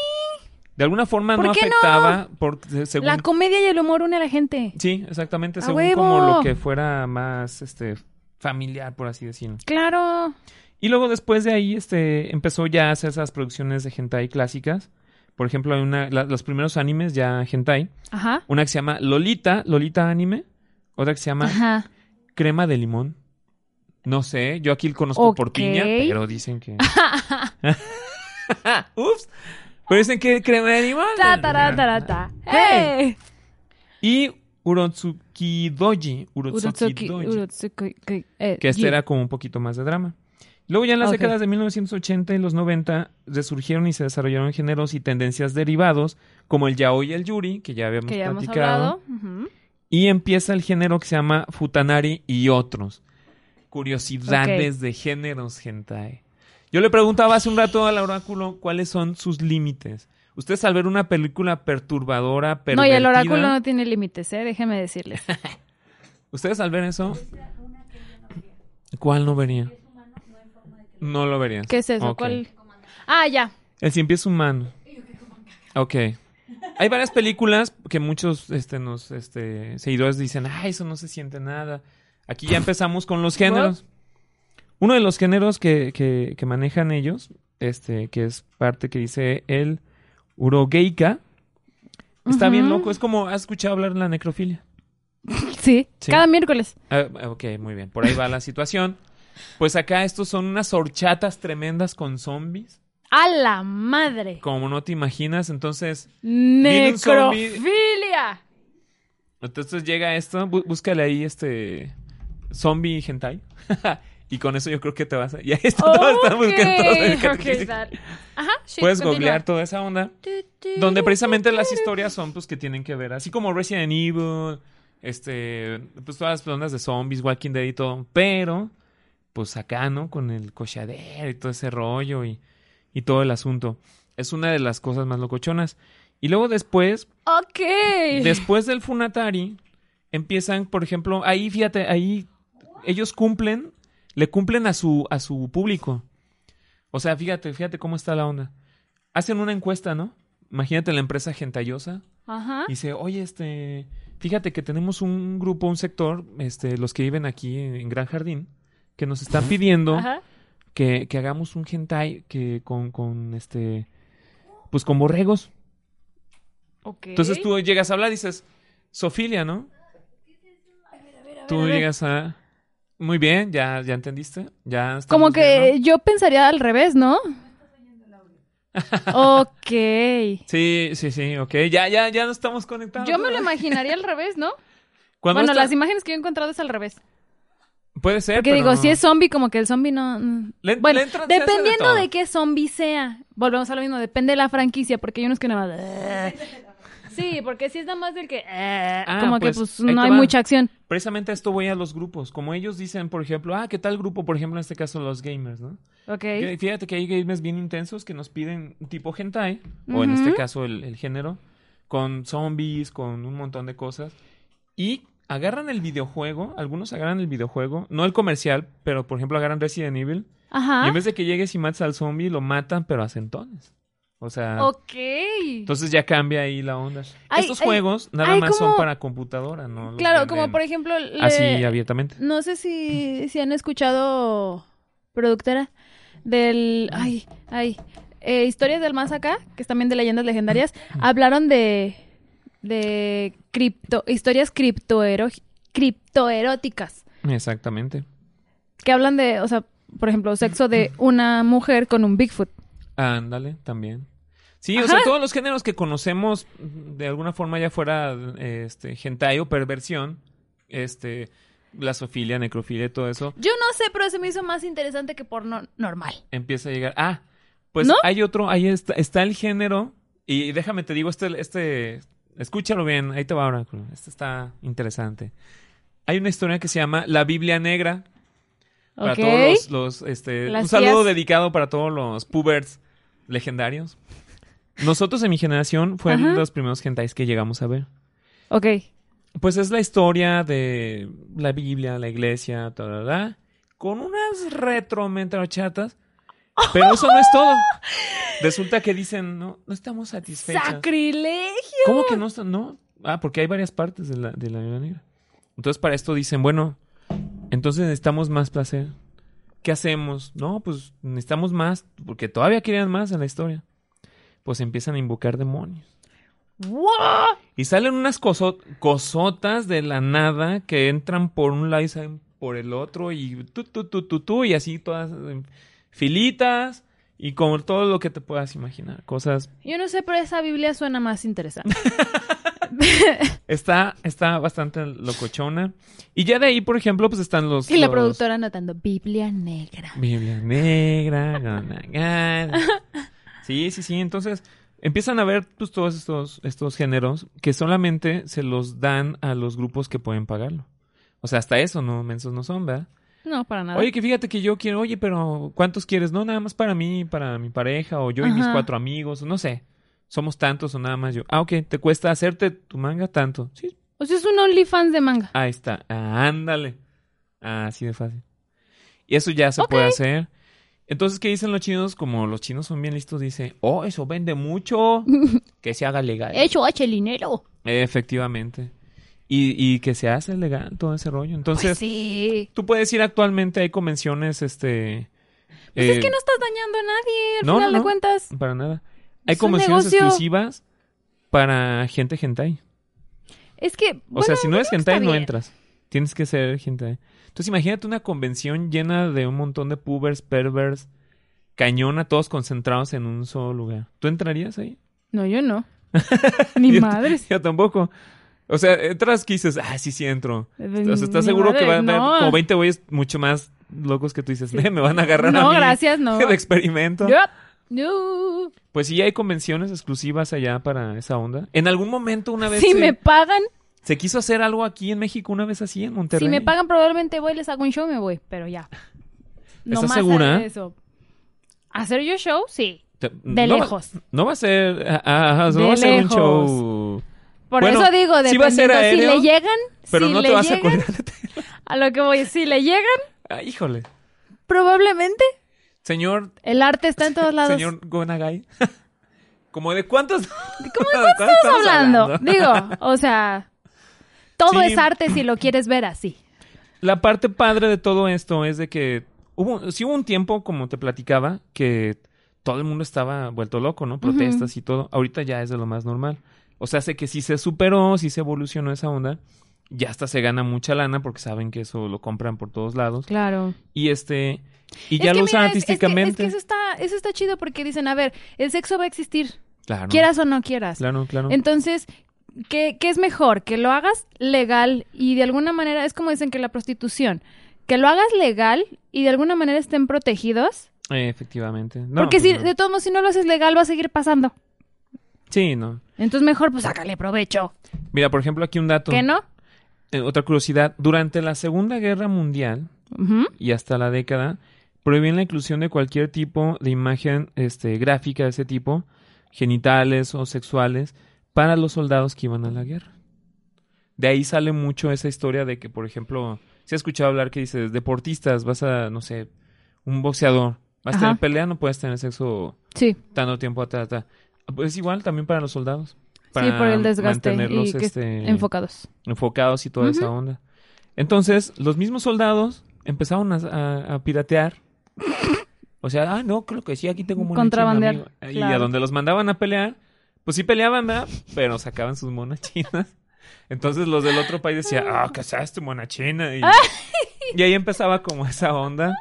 Speaker 1: de alguna forma
Speaker 2: ¿por
Speaker 1: no
Speaker 2: qué no?
Speaker 1: afectaba por se- según
Speaker 2: la comedia y el humor une a la gente.
Speaker 1: Sí, exactamente,
Speaker 2: ¡A
Speaker 1: según como
Speaker 2: huevo!
Speaker 1: lo que fuera más este familiar, por así decirlo.
Speaker 2: Claro.
Speaker 1: Y luego después de ahí este empezó ya a hacer esas producciones de hentai clásicas. Por ejemplo, hay una la- los primeros animes ya hentai,
Speaker 2: Ajá.
Speaker 1: una que se llama Lolita, Lolita anime, otra que se llama
Speaker 2: Ajá.
Speaker 1: crema de limón. No sé, yo aquí lo conozco por
Speaker 2: Ok.
Speaker 1: piña, pero dicen que. Ups. Pero dicen que crema de limón.
Speaker 2: Ta, ta, ta, ta. ¡Hey!
Speaker 1: Y Urotsuki Doji. Urotsuki
Speaker 2: Urotsuki,
Speaker 1: Doji.
Speaker 2: Urotsuki, que- eh,
Speaker 1: Que este
Speaker 2: Ji.
Speaker 1: era como un poquito más de drama. Luego ya en las
Speaker 2: Ok.
Speaker 1: décadas de 1980 y los 90 resurgieron y se desarrollaron géneros y tendencias derivados como el yaoi y el yuri, que ya habíamos
Speaker 2: Que ya hemos
Speaker 1: platicado.
Speaker 2: hablado. Ujú.
Speaker 1: Y empieza el género que se llama Futanari y otros. Curiosidades de géneros hentai. Yo le preguntaba hace un rato al oráculo cuáles son sus límites. Ustedes al ver una película perturbadora,
Speaker 2: No, y el
Speaker 1: pervertida,
Speaker 2: oráculo no tiene límites, ¿eh? Déjenme decirles.
Speaker 1: ustedes al ver eso, ¿cuál no vería? No lo verías.
Speaker 2: ¿Qué es eso?
Speaker 1: Ok.
Speaker 2: ¿Cuál? Ah, ya.
Speaker 1: El cien pies humano. Ok. Hay varias películas que muchos este, nos, este, seguidores dicen, ah, eso no se siente nada. Aquí ya empezamos con los géneros. Uno de los géneros que, que- que manejan ellos, este, que es parte que dice el urogeika, está bien
Speaker 2: Ujú.
Speaker 1: loco. Es como, ¿has escuchado hablar de la necrofilia?
Speaker 2: Sí,
Speaker 1: Sí.
Speaker 2: cada miércoles.
Speaker 1: Ah, ok, muy bien. Por ahí va la situación. Pues acá estos son unas horchatas tremendas con zombies,
Speaker 2: A la madre.
Speaker 1: como no te imaginas. Entonces... Viene un zombie.
Speaker 2: Necrofilia.
Speaker 1: Entonces llega esto, bú- búscale ahí este zombie hentai. y con eso yo creo que te vas a... Ya esto te vas a estar buscando todo el
Speaker 2: Ok,
Speaker 1: que-
Speaker 2: ok, dale. Ajá, sí,
Speaker 1: Puedes
Speaker 2: continúa.
Speaker 1: googlear toda esa onda. Donde precisamente las historias son pues que tienen que ver. Así como Resident Evil, este, pues todas las ondas de zombies, Walking Dead y todo. Pero, pues acá, ¿no? Con el cochadero y todo ese rollo y, y todo el asunto. Es una de las cosas más locochonas. Y luego después,
Speaker 2: Ok.
Speaker 1: Después del Funatari, empiezan, por ejemplo, ahí fíjate, ahí ellos cumplen, le cumplen a su, a su público. O sea, fíjate, fíjate cómo está la onda. Hacen una encuesta, ¿no? Imagínate la empresa gentayosa.
Speaker 2: Ajá.
Speaker 1: Dice, oye, este, fíjate que tenemos un grupo, un sector, este, los que viven aquí en, en Gran Jardín, que nos están pidiendo
Speaker 2: Ajá.
Speaker 1: que, que hagamos un hentai que con, con este, pues con borregos.
Speaker 2: Ok.
Speaker 1: Entonces tú llegas a hablar y dices, Sofilia, ¿no? Tú llegas a... Muy bien, ya, ya entendiste. Ya estamos
Speaker 2: Como que
Speaker 1: bien, ¿no?
Speaker 2: yo pensaría al revés, ¿no? ok.
Speaker 1: Sí, sí, sí, ok. Ya, ya, ya no estamos conectados.
Speaker 2: Yo me lo imaginaría al revés, ¿no?
Speaker 1: Cuando
Speaker 2: bueno,
Speaker 1: está-
Speaker 2: las imágenes que yo he encontrado es al revés.
Speaker 1: Puede ser,
Speaker 2: Porque
Speaker 1: pero-
Speaker 2: digo, si es zombie, como que el zombie no... mm.
Speaker 1: Le-
Speaker 2: bueno,
Speaker 1: le entran- se hace de
Speaker 2: dependiendo
Speaker 1: todo.
Speaker 2: de, qué zombie sea. Volvemos a lo mismo, depende de la franquicia, porque hay unos que nada más... "Eh". Sí, porque si es nada más del que... "Eh",
Speaker 1: Ah,
Speaker 2: como
Speaker 1: pues,
Speaker 2: que pues
Speaker 1: ahí te
Speaker 2: no hay
Speaker 1: va.
Speaker 2: mucha acción.
Speaker 1: Precisamente a esto voy a los grupos. Como ellos dicen, por ejemplo, ah, ¿qué tal grupo? Por ejemplo, en este caso, los gamers, ¿no?
Speaker 2: Ok.
Speaker 1: Que- Fíjate que hay gamers bien intensos que nos piden tipo hentai, o en este
Speaker 2: Ujú.
Speaker 1: caso el, el género, con zombies, con un montón de cosas. Y agarran el videojuego, algunos agarran el videojuego, no el comercial, pero por ejemplo agarran Resident Evil. Y
Speaker 2: Ajá.
Speaker 1: en vez de que llegues y mates al zombie, lo matan, pero a centones. O sea,
Speaker 2: Ok.
Speaker 1: entonces ya cambia ahí la onda.
Speaker 2: Ay,
Speaker 1: Estos
Speaker 2: ay,
Speaker 1: juegos nada
Speaker 2: ay,
Speaker 1: más son
Speaker 2: como-
Speaker 1: para computadora, ¿no? los
Speaker 2: claro, como
Speaker 1: venden
Speaker 2: por ejemplo... le-
Speaker 1: Así abiertamente.
Speaker 2: No sé si, si han escuchado, productora, del... Ay, ay. eh, Historias del Más Acá, que es también de leyendas legendarias, hablaron de... De cripto, historias criptoero- criptoerógenas criptoeróticas.
Speaker 1: Exactamente.
Speaker 2: Que hablan de, o sea, por ejemplo, sexo de una mujer con un Bigfoot.
Speaker 1: Ándale, también. Sí, o sea, todos los géneros que conocemos mm, de alguna forma ya fuera este hentai o perversión, este blasofilia, necrofilia, todo eso,
Speaker 2: Yo no sé, pero se me hizo más interesante que porno normal.
Speaker 1: empieza a llegar. Ah, pues
Speaker 2: ¿No?
Speaker 1: hay otro, ahí está, está el género y déjame te digo este este escúchalo bien, ahí te va ahora. Este está interesante. Hay una historia que se llama La Biblia Negra para
Speaker 2: ¿Ok?
Speaker 1: todos los, los, este
Speaker 2: Las
Speaker 1: un saludo
Speaker 2: tías.
Speaker 1: dedicado para todos los pubers legendarios. Nosotros en mi generación fueron
Speaker 2: Ajá.
Speaker 1: los primeros hentais que llegamos a ver.
Speaker 2: Ok.
Speaker 1: Pues es la historia de la Biblia, la iglesia, ta, ta, ta, con unas retrometrachatas. Pero eso no es todo. Resulta que dicen, no, no estamos satisfechas.
Speaker 2: ¡Sacrilegio!
Speaker 1: ¿Cómo que no? está- No. Ah, porque hay varias partes de la, de la Biblia negra. Entonces, para esto dicen, bueno, entonces necesitamos más placer. ¿Qué hacemos? No, pues necesitamos más, porque todavía querían más en la historia. Pues empiezan a invocar demonios.
Speaker 2: ¡Wow!
Speaker 1: Y salen unas coso- cosotas de la nada que entran por un lado y salen por el otro y tú, tú, tú, tú, tú, y así todas eh, filitas y con todo lo que te puedas imaginar. Cosas.
Speaker 2: Yo no sé, pero esa Biblia suena más interesante.
Speaker 1: Está, está bastante locochona. Y ya de ahí, por ejemplo, pues están los.
Speaker 2: y la
Speaker 1: los-
Speaker 2: productora anotando Biblia negra.
Speaker 1: Biblia negra. gana, gana. Sí, sí, sí. Entonces empiezan a ver pues, todos estos, estos géneros que solamente se los dan a los grupos que pueden pagarlo. O sea, hasta eso, no, mensos no son, ¿verdad?
Speaker 2: No, para nada.
Speaker 1: Oye, que fíjate que yo quiero, oye, pero ¿cuántos quieres? No, nada más para mí, para mi pareja, o yo y mis
Speaker 2: Ajá.
Speaker 1: cuatro amigos, o no sé. Somos tantos o nada más yo. Ah, ok, te cuesta hacerte tu manga tanto. Sí,
Speaker 2: O sea, es un OnlyFans de manga.
Speaker 1: Ahí está. Ah, ándale. Así de fácil. Y eso ya se
Speaker 2: Ok.
Speaker 1: puede hacer. Entonces, ¿qué dicen los chinos? Como los chinos son bien listos, dice, oh, eso vende mucho. Que se haga legal.
Speaker 2: Hecho H. Linero.
Speaker 1: Efectivamente. Y, y que se hace legal todo ese rollo. Entonces,
Speaker 2: Pues sí.
Speaker 1: tú puedes ir actualmente, hay convenciones, este...
Speaker 2: Pues es
Speaker 1: eh,
Speaker 2: que no estás dañando a nadie, al
Speaker 1: no, no,
Speaker 2: final de
Speaker 1: no.
Speaker 2: cuentas.
Speaker 1: Para nada. Hay
Speaker 2: Es un
Speaker 1: convenciones
Speaker 2: negocio.
Speaker 1: exclusivas para gente hentai.
Speaker 2: Es que.
Speaker 1: O sea, si no eres hentai, no
Speaker 2: bien.
Speaker 1: entras. Tienes que ser hentai. Entonces, imagínate una convención llena de un montón de pubers, pervers, cañona, todos concentrados en un solo lugar. ¿Tú entrarías ahí?
Speaker 2: No, yo no. Ni
Speaker 1: Yo-
Speaker 2: madres.
Speaker 1: Yo tampoco. O sea, entras que dices, ah, sí, sí entro. O sea,
Speaker 2: Eh, Ni
Speaker 1: ¿estás seguro que
Speaker 2: madres,
Speaker 1: va a haber
Speaker 2: no.
Speaker 1: como 20 güeyes mucho más locos que tú dices, "Ne, me van a agarrar a
Speaker 2: No,
Speaker 1: mí
Speaker 2: gracias, no.
Speaker 1: de experimento?
Speaker 2: Yo- yo-
Speaker 1: Pues sí, hay convenciones exclusivas allá para esa onda. En algún momento una vez
Speaker 2: Si
Speaker 1: se,
Speaker 2: me pagan,
Speaker 1: se quiso hacer algo aquí en México, una vez así en Monterrey.
Speaker 2: si me pagan, probablemente voy, les hago un show y me voy, pero ya. No
Speaker 1: ¿Estás
Speaker 2: más
Speaker 1: segura?
Speaker 2: de eso. ¿Hacer yo show? Sí.
Speaker 1: Te-
Speaker 2: De
Speaker 1: no va-
Speaker 2: lejos.
Speaker 1: No va a ser, ah, ah, ah, no
Speaker 2: De
Speaker 1: va a ser un
Speaker 2: lejos.
Speaker 1: show.
Speaker 2: Por
Speaker 1: Bueno,
Speaker 2: eso digo,
Speaker 1: sí va a
Speaker 2: dependiendo,
Speaker 1: ser
Speaker 2: si
Speaker 1: aéreo,
Speaker 2: le llegan,
Speaker 1: Pero
Speaker 2: si
Speaker 1: no te
Speaker 2: le
Speaker 1: vas a
Speaker 2: llegan,
Speaker 1: colgar. de ti.
Speaker 2: a lo que voy, si le llegan,
Speaker 1: Ah, híjole.
Speaker 2: probablemente
Speaker 1: Señor,
Speaker 2: el arte está en todos lados.
Speaker 1: señor Gonagai. Como de cuántos.
Speaker 2: ¿Cómo de cuánto estamos hablando? Digo, o sea, todo
Speaker 1: Sí.
Speaker 2: es arte si lo quieres ver así.
Speaker 1: La parte padre de todo esto es de que hubo, sí hubo un tiempo, como te platicaba, que todo el mundo estaba vuelto loco, ¿no? Protestas y todo. Ahorita ya es de lo más normal. O sea, sé que sí se superó, sí se evolucionó esa onda. Ya hasta se gana mucha lana porque saben que eso lo compran por todos lados.
Speaker 2: Claro.
Speaker 1: Y este. Y ya lo usan artísticamente.
Speaker 2: Es que, eso está, eso está chido porque dicen, a ver, el sexo va a existir,
Speaker 1: Claro.
Speaker 2: quieras o no quieras.
Speaker 1: Ah, Claro, claro.
Speaker 2: Entonces, ¿qué, qué es mejor? Que lo hagas legal y de alguna manera, es como dicen que la prostitución, que lo hagas legal y de alguna manera estén protegidos.
Speaker 1: Eh, efectivamente. No,
Speaker 2: porque
Speaker 1: pues
Speaker 2: si,
Speaker 1: no.
Speaker 2: de todos modos, si no lo haces legal, va a seguir pasando.
Speaker 1: Sí, no.
Speaker 2: Entonces, mejor, pues, sácale provecho.
Speaker 1: Mira, por ejemplo, aquí un dato.
Speaker 2: ¿Qué no?
Speaker 1: Eh, otra curiosidad. Durante la Segunda Guerra Mundial
Speaker 2: Ujú.
Speaker 1: y hasta la década, prohibían la inclusión de cualquier tipo de imagen este, gráfica de ese tipo, genitales o sexuales, para los soldados que iban a la guerra. De ahí sale mucho esa historia de que, por ejemplo, se ha escuchado hablar que dices, deportistas, vas a, no sé, un boxeador, vas
Speaker 2: Ajá.
Speaker 1: a tener pelea, no puedes tener sexo
Speaker 2: Sí,
Speaker 1: tanto tiempo atrás. atrás. Pues igual también para los soldados. Para
Speaker 2: sí, por el desgaste
Speaker 1: Mantenerlos
Speaker 2: y que
Speaker 1: este,
Speaker 2: enfocados.
Speaker 1: enfocados y toda esa
Speaker 2: Ujú.
Speaker 1: onda. Entonces, los mismos soldados empezaron a, a- a piratear. O sea, ah, no, creo que sí, aquí tengo un monachín,
Speaker 2: Contrabandear,
Speaker 1: amigo". Y a
Speaker 2: claro.
Speaker 1: donde los mandaban a pelear, pues sí peleaban, ¿verdad? Pero sacaban sus monachinas Entonces los del otro país decían, ah, casaste mona china. Y, y ahí empezaba como esa onda,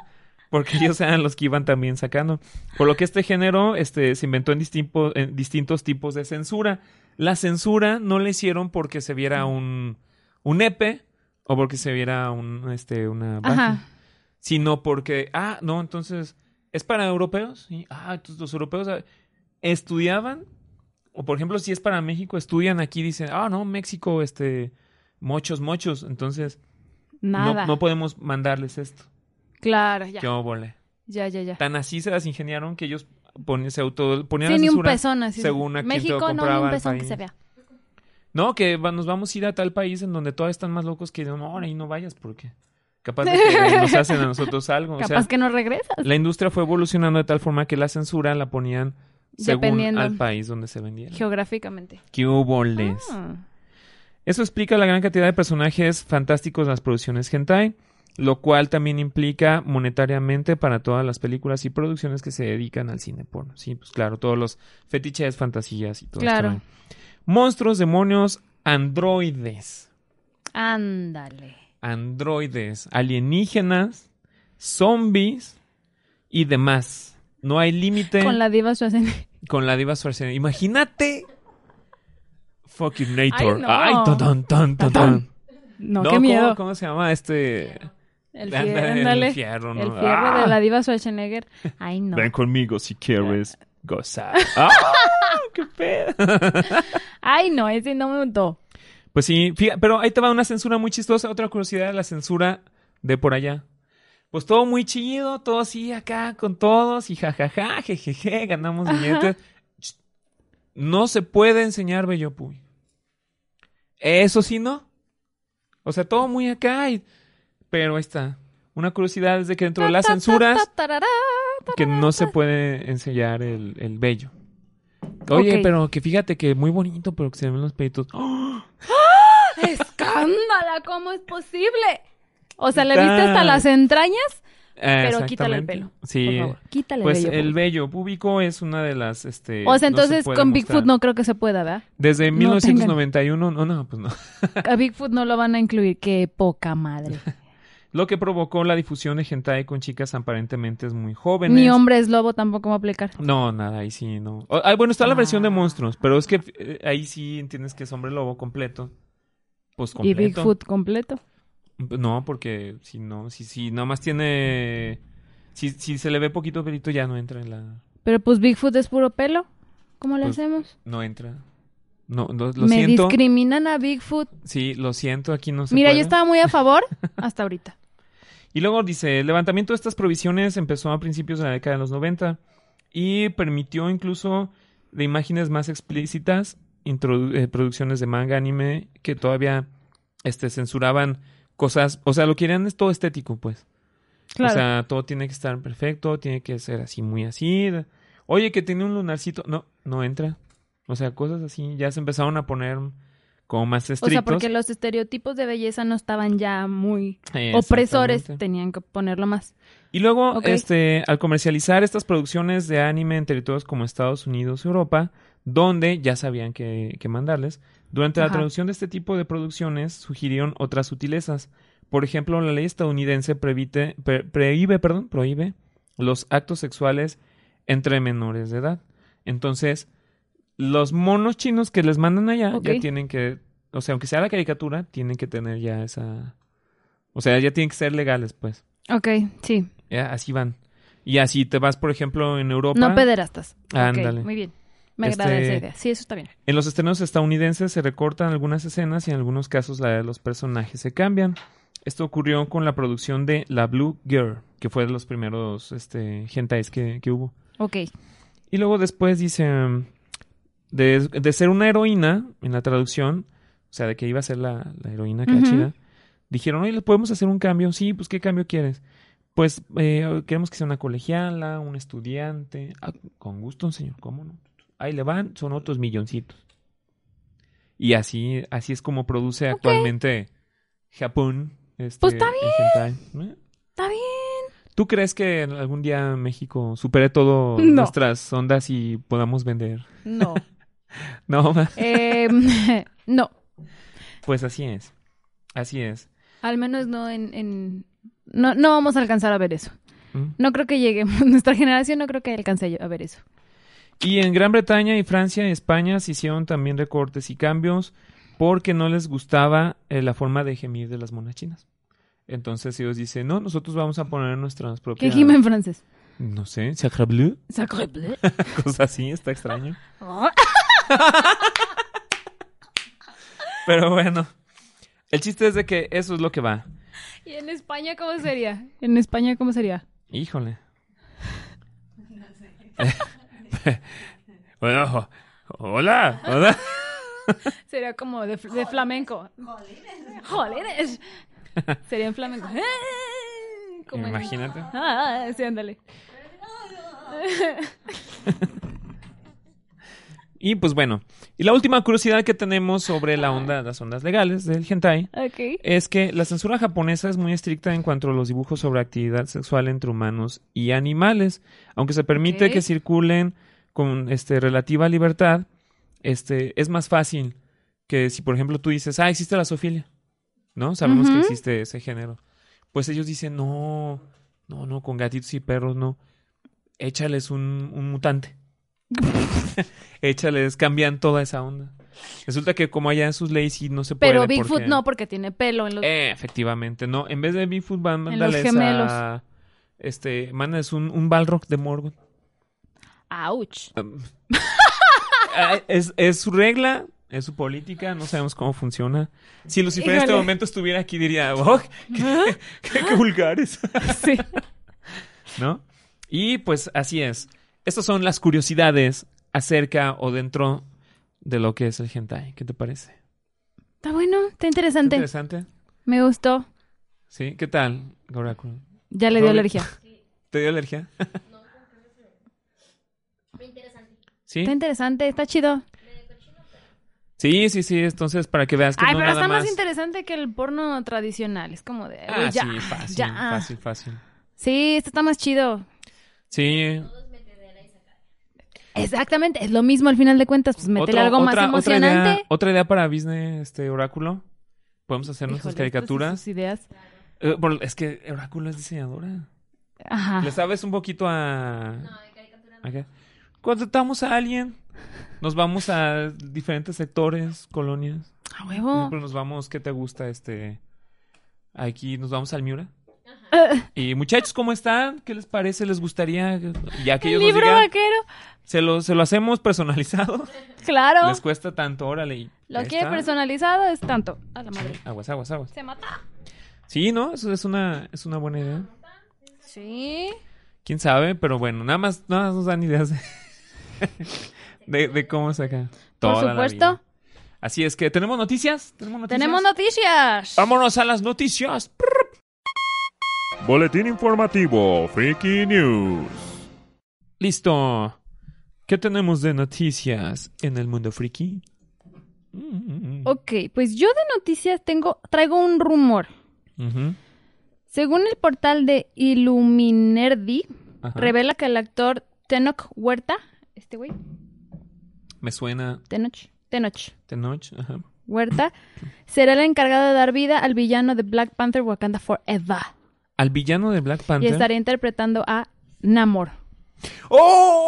Speaker 1: porque ellos eran los que iban también sacando. Por lo que este género este, se inventó en, distinto- en distintos tipos de censura. La censura no le hicieron porque se viera un, un epe o porque se viera un, este, una vagina,
Speaker 2: Ajá.
Speaker 1: sino porque, ah, no, entonces, ¿es para europeos? Sí. Ah, entonces los europeos ah, estudiaban o por ejemplo, si es para México, estudian aquí, dicen, ah, no, México, este, mochos, mochos. Entonces, no,
Speaker 2: Nada.
Speaker 1: no podemos mandarles esto.
Speaker 2: Claro, ya.
Speaker 1: Qué óvole.
Speaker 2: Ya, ya, ya.
Speaker 1: Tan así se las ingeniaron que ellos ponían, se auto, ponían
Speaker 2: Sí,
Speaker 1: la
Speaker 2: ni un
Speaker 1: censura.
Speaker 2: pezón así.
Speaker 1: según a quién te lo
Speaker 2: México no, ni
Speaker 1: compraba
Speaker 2: un
Speaker 1: el
Speaker 2: pezón que
Speaker 1: país.
Speaker 2: se vea.
Speaker 1: No, que va- nos vamos a ir a tal país en donde todavía están más locos que, no, ahora ahí no vayas porque capaz de que nos hacen a nosotros algo. O
Speaker 2: Capaz
Speaker 1: sea,
Speaker 2: que no regresa.
Speaker 1: la industria fue evolucionando de tal forma que la censura la ponían según
Speaker 2: Dependiendo.
Speaker 1: al país donde se vendiera.
Speaker 2: Geográficamente.
Speaker 1: Qué óboles.
Speaker 2: Ah.
Speaker 1: Eso explica la gran cantidad de personajes fantásticos de las producciones hentai, lo cual también implica monetariamente para todas las películas y producciones que se dedican al cine porno. Sí, pues claro, todos los fetiches, fantasías y todo esto,
Speaker 2: Claro.
Speaker 1: ¿no? Monstruos, demonios, androides,
Speaker 2: Ándale.
Speaker 1: androides, alienígenas, zombies y demás. No hay límite
Speaker 2: Con la diva Schwarzenegger.
Speaker 1: con la diva Schwarzenegger. Imagínate fucking Nator.
Speaker 2: Ay, no.
Speaker 1: Ay, tan, tan, tan, tan, tan.
Speaker 4: No,
Speaker 1: No,
Speaker 4: qué
Speaker 1: ¿cómo-
Speaker 4: miedo.
Speaker 1: ¿cómo, se llama este?
Speaker 2: El
Speaker 1: Ándale,
Speaker 2: fierro, ándale.
Speaker 1: El fierro, ¿no?
Speaker 2: El fierro
Speaker 1: ¡Ah!
Speaker 2: de la diva Schwarzenegger. Ay, no.
Speaker 1: Ven conmigo si quieres gozar. ¡Ah! ¡Qué pedo!
Speaker 2: Ay, no, ese no me gustó.
Speaker 1: Pues sí, fija- pero ahí te va una censura muy chistosa. Otra curiosidad de la censura de por allá. Pues todo muy chido, todo así acá con todos y jajaja, jejeje, ganamos
Speaker 2: Ajá.
Speaker 1: billetes. Ch- No se puede enseñar bello pubi. Eso sí, ¿no? O sea, todo muy acá. y- Pero ahí está. Una curiosidad es de que dentro de las
Speaker 2: Ta, ta,
Speaker 1: censuras
Speaker 2: ta, tarará.
Speaker 1: que no se puede enseñar el, el vello. Oye,
Speaker 2: Ok.
Speaker 1: pero que fíjate que muy bonito, pero que se ven los peditos. ¡Oh!
Speaker 2: ¡Escándala! ¿Cómo es posible? O sea, le viste
Speaker 1: Tal.
Speaker 2: hasta las entrañas,
Speaker 1: Ah,
Speaker 2: pero quítale el
Speaker 1: exactamente.
Speaker 2: pelo.
Speaker 1: Sí.
Speaker 2: Por favor, quítale
Speaker 1: Pues
Speaker 2: el vello.
Speaker 1: el vello púbico es una de las. Este,
Speaker 2: o sea,
Speaker 1: no se
Speaker 2: entonces
Speaker 1: puede
Speaker 2: con
Speaker 1: mostrar.
Speaker 2: Bigfoot no creo que se pueda, ¿verdad?
Speaker 1: Desde
Speaker 2: no
Speaker 1: 1991, no, no, pues no.
Speaker 2: A Bigfoot no lo van a incluir. ¡Qué poca madre!
Speaker 1: Lo que provocó la difusión de hentai con chicas aparentemente es muy jóvenes.
Speaker 2: Ni hombre es lobo tampoco va a aplicar.
Speaker 1: No, nada, ahí sí, no. O- ah, bueno, está la versión de
Speaker 2: Ah.
Speaker 1: monstruos, pero es que eh, ahí sí entiendes que es hombre lobo completo. Pues completo.
Speaker 2: Y Bigfoot completo.
Speaker 1: No, porque si no, si, si nada más tiene. Si, si se le ve poquito pelito, ya no entra en la.
Speaker 2: Pero pues Bigfoot es puro pelo. ¿Cómo le
Speaker 1: Pues,
Speaker 2: hacemos?
Speaker 1: No entra. No, no, lo
Speaker 2: Me
Speaker 1: siento.
Speaker 2: discriminan a Bigfoot.
Speaker 1: Sí, lo siento, aquí no se
Speaker 2: Mira,
Speaker 1: puede.
Speaker 2: yo estaba muy a favor hasta ahorita.
Speaker 1: Y luego dice: el levantamiento de estas provisiones empezó a principios de la década de los 90 y permitió incluso de imágenes más explícitas, introdu- eh, producciones de manga, anime, que todavía este, censuraban cosas. O sea, lo querían es todo estético, pues.
Speaker 2: Claro.
Speaker 1: O sea, todo tiene que estar perfecto, tiene que ser así, muy así. Oye, que tiene un lunarcito. No, no entra. O sea, cosas así. Ya se empezaron a poner como más
Speaker 2: O sea,
Speaker 1: estrictos.
Speaker 2: porque los estereotipos de belleza no estaban ya muy
Speaker 1: Exactamente.
Speaker 2: opresores, tenían que ponerlo más.
Speaker 1: Y luego,
Speaker 2: Ok.
Speaker 1: este, al comercializar estas producciones de anime en territorios como Estados Unidos y Europa, donde ya sabían que, que mandarles, durante la
Speaker 2: Ajá.
Speaker 1: traducción de este tipo de producciones sugirieron otras sutilezas. Por ejemplo, la ley estadounidense previte- pre- prohíbe, perdón, prohíbe los actos sexuales entre menores de edad. Entonces, los monos chinos que les mandan allá ya
Speaker 2: Ok.
Speaker 1: tienen que, o sea, aunque sea la caricatura, tienen que tener ya esa, o sea, ya tienen que ser legales, pues.
Speaker 2: Ok, sí.
Speaker 1: Ya, así van. Y así te vas, por ejemplo, en Europa.
Speaker 2: No pederastas. Ok,
Speaker 1: Ándale.
Speaker 2: muy bien. Me
Speaker 1: Este-
Speaker 2: agrada esa idea. Sí, eso está bien.
Speaker 1: En los estrenos estadounidenses se recortan algunas escenas y en algunos casos la de los personajes se cambian. Esto ocurrió con la producción de La Blue Girl, que fue de los primeros este, hentais que, que hubo.
Speaker 2: Ok.
Speaker 1: Y luego después dice, mm, de, de ser una heroína, en la traducción, o sea, de que iba a ser la, la heroína que era
Speaker 2: Ujú.
Speaker 1: chida, dijeron, oye, ¿le podemos hacer un cambio? Sí, pues, ¿qué cambio quieres? Pues, eh, queremos que sea una colegiala, un estudiante. Ah, con gusto, señor, ¿cómo no? Ahí le van, son otros milloncitos. Y así, así es como produce actualmente Japón. Este,
Speaker 2: Pues está
Speaker 1: el hentai. ¿Eh?
Speaker 2: Está bien.
Speaker 1: ¿Tú crees que algún día México supere todo
Speaker 2: No.
Speaker 1: nuestras ondas y podamos vender?
Speaker 2: No.
Speaker 1: No, ma-
Speaker 2: Eh, Em, no.
Speaker 1: Pues así es. Así es.
Speaker 2: Al menos no en... en- No, no vamos a alcanzar a ver eso.
Speaker 1: ¿Mm?
Speaker 2: No creo que lleguemos. Nuestra generación no creo que alcance a ver eso.
Speaker 1: Y en Gran Bretaña y Francia y España se hicieron también recortes y cambios porque no les gustaba eh, la forma de gemir de las monas chinas. Entonces ellos dicen, no, nosotros vamos a poner nuestras
Speaker 2: ¿Qué
Speaker 1: propias...
Speaker 2: gime en francés?
Speaker 1: No sé, sacre bleu,
Speaker 2: Sacre bleu.
Speaker 1: cosas así, está extraño.
Speaker 2: Oh.
Speaker 1: Pero bueno, el chiste es de que eso es lo que va.
Speaker 2: ¿Y en España cómo sería? ¿En España cómo sería?
Speaker 1: Híjole. bueno, hola, hola.
Speaker 2: Sería como de, fl- de flamenco. Jolines. Sería en flamenco. Ah, Como en-
Speaker 1: Imagínate.
Speaker 2: Ah, sí, ándale.
Speaker 1: Y pues bueno, y la última curiosidad que tenemos sobre la onda, las ondas legales del hentai,
Speaker 2: Ok.
Speaker 1: es que la censura japonesa es muy estricta en cuanto a los dibujos sobre actividad sexual entre humanos y animales, aunque se permite
Speaker 2: Ok.
Speaker 1: que circulen con este relativa libertad, este es más fácil que si por ejemplo tú dices, "Ah, existe la zoofilia." ¿No? Sabemos que
Speaker 2: Ujú.
Speaker 1: existe ese género. Pues ellos dicen, "No, no, no, con gatitos y perros no. Échales un, un mutante." Échales, cambian toda esa onda. Resulta que como allá en sus leyes y no se puede
Speaker 2: Pero Bigfoot
Speaker 1: porque-
Speaker 2: no, porque tiene pelo en los...
Speaker 1: eh, efectivamente, no. En vez de Bigfoot, van
Speaker 2: los
Speaker 1: mándales
Speaker 2: gemelos.
Speaker 1: a... Este, mándales un, un Balrog de Morgoth.
Speaker 2: ¡Auch!
Speaker 1: Ah, es, es su regla, es su política, no sabemos cómo funciona. Si Lucifer en este
Speaker 2: Híjole.
Speaker 1: momento estuviera aquí, diría, "Oh, qué, qué- qué vulgares!
Speaker 2: Sí.
Speaker 1: ¿No? Y pues así es. Estas son las curiosidades acerca o dentro de lo que es el hentai. ¿Qué te parece?
Speaker 2: Está bueno, está
Speaker 1: ¿Está
Speaker 2: interesante.
Speaker 1: Interesante.
Speaker 2: Me gustó.
Speaker 1: ¿Sí? ¿Qué tal, Goraku?
Speaker 2: Ya le dio
Speaker 1: No,
Speaker 2: alergia.
Speaker 1: ¿Te dio alergia? ¿Sí?
Speaker 2: Está interesante, está chido.
Speaker 1: Sí, sí, sí. Entonces, para que veas que
Speaker 2: Ay,
Speaker 1: no
Speaker 2: pero
Speaker 1: nada
Speaker 2: está más
Speaker 1: más.
Speaker 2: interesante que el porno tradicional. Es como de...
Speaker 1: Ah,
Speaker 2: uy, ya,
Speaker 1: sí, fácil,
Speaker 2: ya.
Speaker 1: fácil, fácil.
Speaker 2: Sí, esto está más chido.
Speaker 1: Sí.
Speaker 2: Exactamente, es lo mismo al final de cuentas. Pues meterle
Speaker 1: Otro-
Speaker 2: algo más
Speaker 1: Otra idea,
Speaker 2: emocionante.
Speaker 1: otra idea para business, este Oráculo. Podemos hacer nuestras
Speaker 2: Híjole, pues, estas y
Speaker 1: caricaturas.
Speaker 2: sus ideas.
Speaker 1: Eh, por- es que Oráculo es diseñadora.
Speaker 2: Ajá.
Speaker 1: ¿Le sabes un poquito a...? No, de caricatura Contratamos a alguien. Nos vamos a diferentes sectores, colonias.
Speaker 2: A
Speaker 1: Por
Speaker 2: huevo.
Speaker 1: ejemplo, nos vamos, ¿qué te gusta? Este... Aquí nos vamos al Miura. Y muchachos, ¿cómo están? ¿Qué les parece? ¿Les gustaría? Ya que
Speaker 2: El
Speaker 1: ellos nos
Speaker 2: libro
Speaker 1: digan,
Speaker 2: vaquero.
Speaker 1: se lo, se lo hacemos personalizado.
Speaker 2: Claro.
Speaker 1: Les cuesta tanto, órale. y
Speaker 2: Lo
Speaker 1: ahí
Speaker 2: quiere
Speaker 1: está.
Speaker 2: personalizado es tanto. A la madre.
Speaker 1: Aguas, aguas, aguas.
Speaker 2: Se mata.
Speaker 1: Sí, ¿no? Eso es una, es una buena idea.
Speaker 2: Sí.
Speaker 1: Quién sabe, pero bueno, nada más, nada más nos dan ideas de, de, de cómo sacar.
Speaker 2: Por
Speaker 1: Toda la
Speaker 2: supuesto.
Speaker 1: vida. Así es que, ¿tenemos noticias? ¿Tenemos noticias?
Speaker 2: Tenemos noticias.
Speaker 1: Vámonos a las noticias.
Speaker 5: Boletín informativo, Freaky News.
Speaker 1: Listo. ¿Qué tenemos de noticias en el mundo friki? Mm, mm, mm.
Speaker 2: Ok, pues yo de noticias tengo, traigo un rumor.
Speaker 1: Ujú.
Speaker 2: Según el portal de Illuminerdi,
Speaker 1: Ajá.
Speaker 2: revela que el actor Tenoch Huerta, este güey,
Speaker 1: Me suena
Speaker 2: Tenoch, Tenoch
Speaker 1: Tenoch. Ajá.
Speaker 2: Huerta, será el encargado de dar vida al villano de Black Panther Wakanda Forever.
Speaker 1: Al villano de Black
Speaker 2: Y
Speaker 1: Panther.
Speaker 2: estará interpretando a Namor.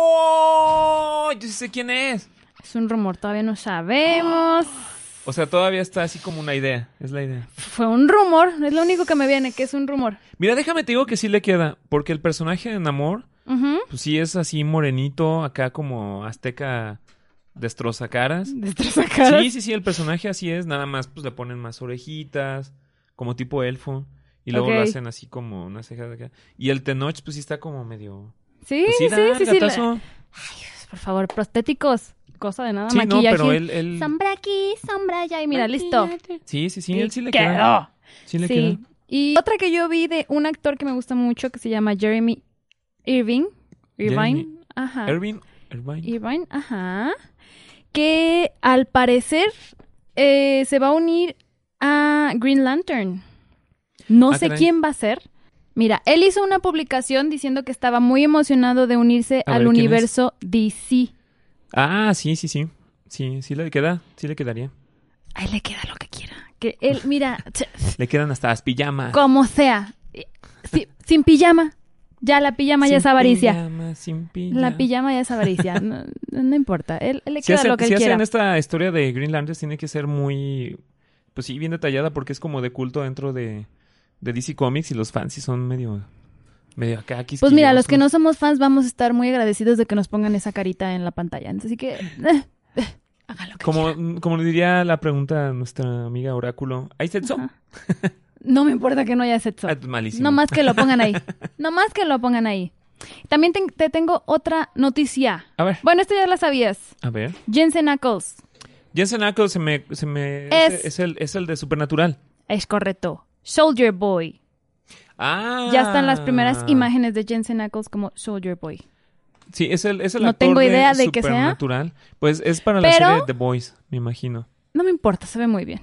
Speaker 1: ¡Oh! Yo sí sé quién es.
Speaker 2: Es un rumor, todavía no sabemos.
Speaker 1: O sea, todavía está así como una idea. Es la idea.
Speaker 2: Fue un rumor, es lo único que me viene, que es un rumor.
Speaker 1: Mira, déjame te digo que sí le queda. Porque el personaje de Namor,
Speaker 2: Ujú.
Speaker 1: pues sí es así morenito, acá como azteca destroza caras.
Speaker 2: Destroza caras.
Speaker 1: Sí, sí, sí, el personaje así es. Nada más, pues le ponen más orejitas, como tipo elfo. Y luego lo
Speaker 2: Ok.
Speaker 1: hacen así como unas cejas de acá. Y el Tenoch, pues sí está como medio.
Speaker 2: Sí,
Speaker 1: pues,
Speaker 2: sí,
Speaker 1: da
Speaker 2: sí, sí, sí,
Speaker 1: gatazo.
Speaker 2: la- Por favor, prostéticos. Cosa de nada,
Speaker 1: Sí, no,
Speaker 2: maquillaje.
Speaker 1: pero él. él-
Speaker 2: Sombra aquí, sombra allá. Y mira, listo.
Speaker 1: Sí, sí, sí,
Speaker 2: Y
Speaker 1: él sí le
Speaker 2: quedó.
Speaker 1: queda. Sí le queda.
Speaker 2: Sí. Y otra que yo vi de un actor que me gusta mucho que se llama Jeremy Irving. Irvine.
Speaker 1: Jeremy
Speaker 2: Ajá.
Speaker 1: Irving. Irvine.
Speaker 2: Irvine, ajá. Que al parecer eh, se va a unir a Green Lantern. No
Speaker 1: Ah,
Speaker 2: sé
Speaker 1: caray.
Speaker 2: quién va a ser. Mira, él hizo una publicación diciendo que estaba muy emocionado de unirse
Speaker 1: A ver, ¿quién
Speaker 2: al
Speaker 1: es?
Speaker 2: universo DC.
Speaker 1: Ah, sí, sí, sí. Sí, sí le queda. Sí le quedaría.
Speaker 2: Ahí le queda lo que quiera. Que él, mira,
Speaker 1: Le quedan hasta las pijamas.
Speaker 2: como sea, eh, si- sin pijama. Ya la pijama ya es avaricia.
Speaker 1: pijama, sin
Speaker 2: La pijama ya es avaricia. No, no importa. Él, él le
Speaker 1: Si,
Speaker 2: queda
Speaker 1: hacen,
Speaker 2: lo que
Speaker 1: si
Speaker 2: él quiera.
Speaker 1: hacen esta historia de Greenlanders, tiene que ser muy. Pues sí, bien detallada porque es como de culto dentro de, de DC Comics y los fans sí son medio. medio acá.
Speaker 2: Pues mira, los que no somos fans vamos a estar muy agradecidos de que nos pongan esa carita en la pantalla. Así que, eh, eh, hagan lo que quieran.
Speaker 1: Como, como le diría la pregunta a nuestra amiga Oráculo, ¿hay sexo?
Speaker 2: Ajá. No me importa que no haya sexo.
Speaker 1: Ah, malísimo.
Speaker 2: No más que lo pongan ahí. No más que lo pongan ahí. También te, te tengo otra noticia.
Speaker 1: A ver,
Speaker 2: Bueno, esto ya la sabías.
Speaker 1: a ver.
Speaker 2: Jensen Ackles.
Speaker 1: Jensen Ackles se me, se me
Speaker 2: Es-
Speaker 1: es el, es el de Supernatural.
Speaker 2: Es correcto. Soldier Boy.
Speaker 1: Ah.
Speaker 2: Ya están las primeras imágenes de Jensen Ackles como Soldier Boy.
Speaker 1: Sí, es el, es el
Speaker 2: No
Speaker 1: actor
Speaker 2: tengo idea de que sea.
Speaker 1: Supernatural. Pues es para la
Speaker 2: Pero-
Speaker 1: serie The Boys, me imagino.
Speaker 2: No me importa, se ve muy bien.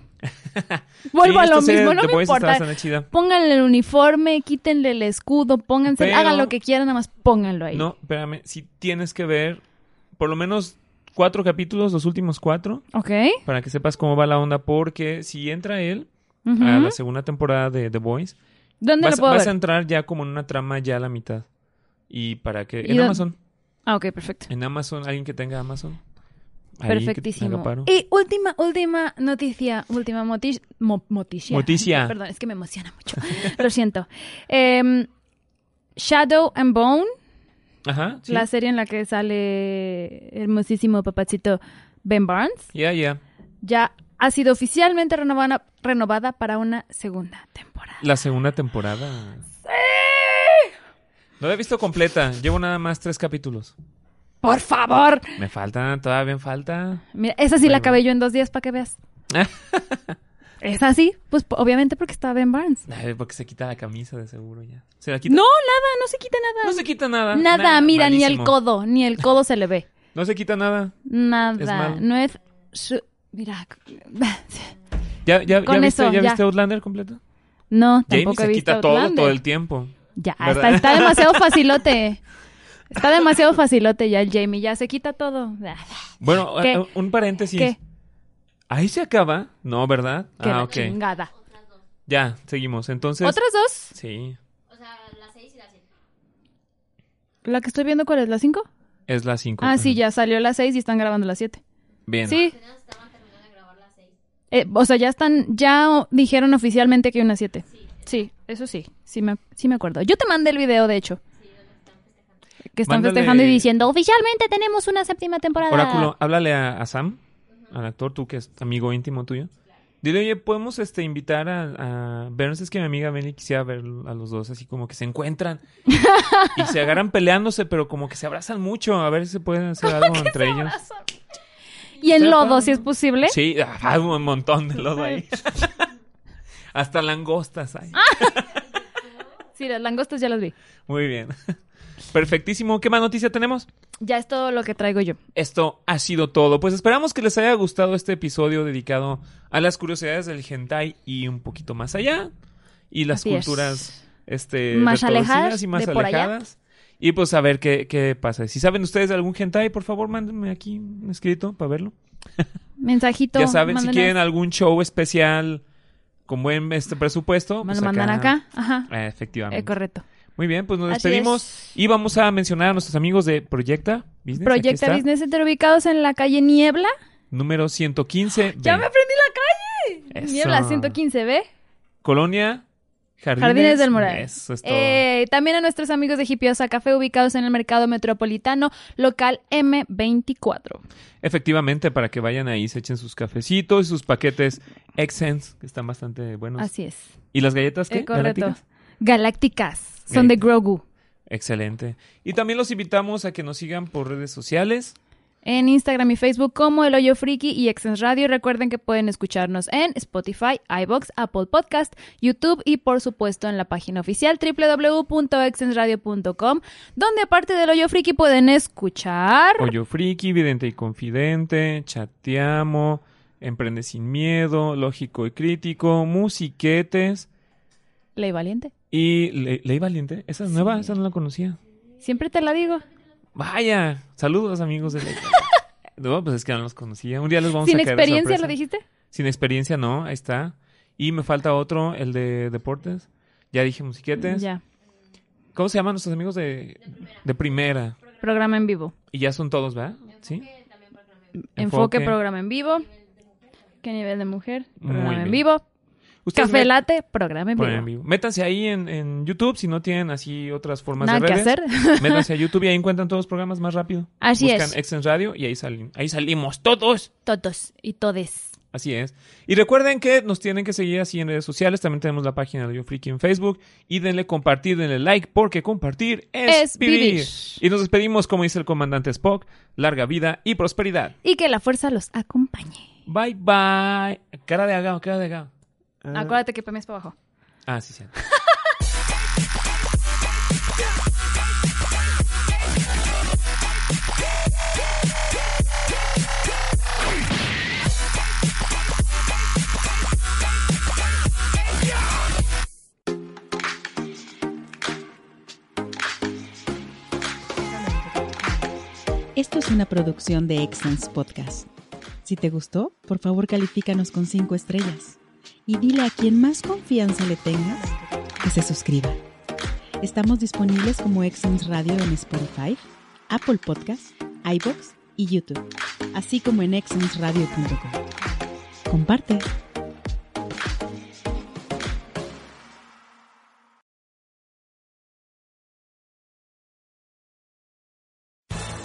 Speaker 2: Vuelvo
Speaker 1: Sí,
Speaker 2: a lo
Speaker 1: esta serie
Speaker 2: mismo,
Speaker 1: de
Speaker 2: no
Speaker 1: The
Speaker 2: me
Speaker 1: Boys está
Speaker 2: importa.
Speaker 1: bastante chida.
Speaker 2: Pónganle el uniforme, quítenle el escudo, pónganse,
Speaker 1: Pero-
Speaker 2: hagan lo que quieran, nada más pónganlo ahí.
Speaker 1: No, espérame, si tienes que ver por lo menos cuatro capítulos, los últimos cuatro,
Speaker 2: ¿Ok?
Speaker 1: para que sepas cómo va la onda, porque si entra él
Speaker 2: Ujú.
Speaker 1: a la segunda temporada de The Boys,
Speaker 2: ¿Dónde lo
Speaker 1: vas,
Speaker 2: puedo
Speaker 1: vas
Speaker 2: ver?
Speaker 1: a entrar ya como en una trama ya a la mitad. Y para que...
Speaker 2: ¿Y
Speaker 1: En
Speaker 2: dó-
Speaker 1: Amazon,
Speaker 2: Ah, ok, perfecto.
Speaker 1: en Amazon, alguien que tenga Amazon. ahí que
Speaker 2: Perfectísimo.
Speaker 1: haga paro.
Speaker 2: Y última, última noticia, última motis- mo- moticia.
Speaker 1: Moticia.
Speaker 2: Perdón, es que me emociona mucho. Lo siento. Em, Shadow and Bone,
Speaker 1: Ajá, sí.
Speaker 2: la serie en la que sale hermosísimo papacito Ben Barnes,
Speaker 1: Ya, ya.
Speaker 2: ya ha sido oficialmente renovada, renovada para una segunda temporada.
Speaker 1: La segunda temporada. No la he visto completa. Llevo nada más tres capítulos.
Speaker 2: ¡Por favor!
Speaker 1: Me faltan, todavía me falta.
Speaker 2: Mira, esa sí
Speaker 1: Ahí va.
Speaker 2: la acabé yo en dos días para que veas. ¿Es así? Pues po- obviamente porque estaba Ben Barnes.
Speaker 1: Ay, porque se quita la camisa de seguro ya. Se la
Speaker 2: No,
Speaker 1: quita.
Speaker 2: nada, no se quita nada.
Speaker 1: No se quita nada.
Speaker 2: Nada, mira, ni el
Speaker 1: malísimo.
Speaker 2: codo, ni el codo se le ve.
Speaker 1: No se quita nada. Es
Speaker 2: Nada,
Speaker 1: mal.
Speaker 2: no es... su- Mira,
Speaker 1: ¿Ya, ya, ya
Speaker 2: Con
Speaker 1: viste,
Speaker 2: eso,
Speaker 1: ya,
Speaker 2: ya.
Speaker 1: viste Outlander completo?
Speaker 2: no,
Speaker 1: Jamie
Speaker 2: tampoco he
Speaker 1: se
Speaker 2: visto
Speaker 1: quita todo,
Speaker 2: Outlander.
Speaker 1: todo el tiempo.
Speaker 2: Ya,
Speaker 1: ¿Verdad?
Speaker 2: está, está demasiado facilote. Está demasiado facilote ya el Jamie, ya se quita todo.
Speaker 1: Bueno,
Speaker 2: ¿Qué?
Speaker 1: a- un paréntesis.
Speaker 2: ¿Qué?
Speaker 1: Ahí se acaba. No, ¿verdad?
Speaker 2: Qué
Speaker 1: ah,
Speaker 2: la
Speaker 1: ok.
Speaker 2: chingada.
Speaker 1: Ya, seguimos. Entonces.
Speaker 2: ¿Otras dos?
Speaker 1: Sí.
Speaker 2: La que estoy viendo, ¿cuál es? ¿La 5?
Speaker 1: Es la 5.
Speaker 2: Ah, sí, ya salió la 6 y están grabando la 7.
Speaker 1: Bien.
Speaker 2: Sí. Eh, o sea, ya están, ya o- dijeron oficialmente que hay una 7. Sí, eso sí, sí me, sí me acuerdo. Yo te mandé el video, de hecho. Que están
Speaker 1: Mándale-
Speaker 2: festejando y diciendo, oficialmente tenemos una séptima temporada.
Speaker 1: Oráculo, háblale a, a Sam, al actor, tú que es amigo íntimo tuyo. Dile, oye, podemos este, invitar a, a Burns? Es que mi amiga Benny quisiera ver a los dos así como que se encuentran y se agarran peleándose, pero como que se abrazan mucho. A ver si se pueden hacer algo entre ellos.
Speaker 2: Y en
Speaker 1: Pero-
Speaker 2: lodo, si es posible.
Speaker 1: Sí, ah, hay un montón de lodo ahí. Hasta langostas hay.
Speaker 2: Sí, las langostas ya las vi.
Speaker 1: Muy bien. Perfectísimo. ¿Qué más noticia tenemos?
Speaker 2: Ya es todo lo que traigo yo.
Speaker 1: Esto ha sido todo. Pues esperamos que les haya gustado este episodio dedicado a las curiosidades del hentai y un poquito más allá. Y las
Speaker 2: Así es.
Speaker 1: culturas este,
Speaker 2: Más
Speaker 1: retorcidas
Speaker 2: alejadas
Speaker 1: y más
Speaker 2: de por allá.
Speaker 1: alejadas. Y pues a ver qué, qué pasa. Si saben ustedes de algún hentai, por favor, mándenme aquí un escrito para verlo.
Speaker 2: Mensajito.
Speaker 1: ya saben,
Speaker 2: mándenos-
Speaker 1: si quieren algún show especial con buen este presupuesto,
Speaker 2: Me
Speaker 1: pues
Speaker 2: lo mandan acá. Ajá.
Speaker 1: Eh, efectivamente.
Speaker 2: Eh, correcto.
Speaker 1: Muy bien, pues nos
Speaker 2: Así
Speaker 1: despedimos.
Speaker 2: es.
Speaker 1: Y vamos a mencionar a nuestros amigos de Proyecta Business. aquí
Speaker 2: Proyecta
Speaker 1: está,
Speaker 2: Business Center ubicados en la calle Niebla.
Speaker 1: Número 115.
Speaker 2: Ya
Speaker 1: B.
Speaker 2: me aprendí la calle.
Speaker 1: Eso.
Speaker 2: Niebla 115B.
Speaker 1: Colonia Jardines,
Speaker 2: Jardines del Moral.
Speaker 1: Eso es todo.
Speaker 2: Eh, también a nuestros amigos de Hipiosa Café ubicados en el mercado metropolitano local M24.
Speaker 1: Efectivamente, para que vayan ahí, se echen sus cafecitos y sus paquetes Exens, que están bastante buenos.
Speaker 2: Así es.
Speaker 1: ¿Y las galletas qué?
Speaker 2: Eh, correcto.
Speaker 1: ¿Galácticas?
Speaker 2: Galácticas. Son de
Speaker 1: Galletas.
Speaker 2: Grogu.
Speaker 1: Excelente. Y también los invitamos a que nos sigan por redes sociales.
Speaker 2: En Instagram y Facebook como El Hoyo Friki y Exens Radio. Y Recuerden que pueden escucharnos en Spotify, iBox, Apple Podcast, YouTube y por supuesto en la página oficial www.exensradio.com, donde aparte del Hoyo Friki pueden escuchar
Speaker 1: Pollo Friki, Vidente y Confidente, Chateamo, Emprende Sin Miedo, Lógico y Crítico, Musiquetes
Speaker 2: Ley Valiente.
Speaker 1: y Le- Ley Valiente. Esa es nueva, esa no la conocía.
Speaker 2: Siempre te la digo.
Speaker 1: Vaya, saludos amigos de Ley No, pues es que no los conocía. Un día los vamos
Speaker 2: Sin
Speaker 1: a caer de
Speaker 2: experiencia,
Speaker 1: sorpresa.
Speaker 2: ¿lo dijiste?
Speaker 1: Sin experiencia, no, ahí está. Y me falta otro, el de deportes. Ya dije musiquetes.
Speaker 2: Ya.
Speaker 1: ¿Cómo se llaman nuestros amigos de, de primera?
Speaker 2: Programa en vivo.
Speaker 1: Y ya son todos, ¿verdad? Sí.
Speaker 2: Enfoque, programa en vivo. ¿Qué nivel de mujer?
Speaker 1: Muy
Speaker 2: Programa en
Speaker 1: bien.
Speaker 2: vivo.
Speaker 1: Ustedes
Speaker 2: Café
Speaker 1: me-
Speaker 2: late, programa en
Speaker 1: ponen en
Speaker 2: vivo.
Speaker 1: vivo. Métanse ahí en, en YouTube si no tienen así otras formas
Speaker 2: Nada
Speaker 1: de
Speaker 2: que
Speaker 1: redes.
Speaker 2: hacer.
Speaker 1: Métanse a YouTube y ahí encuentran todos los programas más rápido.
Speaker 2: Así
Speaker 1: Buscan
Speaker 2: es.
Speaker 1: Exen Radio y ahí, salen, ahí salimos todos.
Speaker 2: Totos y todes.
Speaker 1: Así es. Y recuerden que nos tienen que seguir así en redes sociales. También tenemos la página de Yo Friki en Facebook. Y denle compartir, denle like, porque compartir es,
Speaker 2: Es
Speaker 1: vivir.
Speaker 2: vivir.
Speaker 1: Y nos despedimos, como dice el comandante Spock, larga vida y prosperidad.
Speaker 2: Y que la fuerza los acompañe.
Speaker 1: Bye bye. Cara de agao, cara de agao.
Speaker 2: Acuérdate que PM es para abajo.
Speaker 1: Ah, sí, sí.
Speaker 6: Esto es una producción de Excellence Podcast. Si te gustó, por favor califícanos con 5 estrellas y dile a quien más confianza le tengas que se suscriba. Estamos disponibles como Excellence Radio en Spotify, Apple Podcasts, iBox y YouTube, así como en excellenceradio.com. Comparte.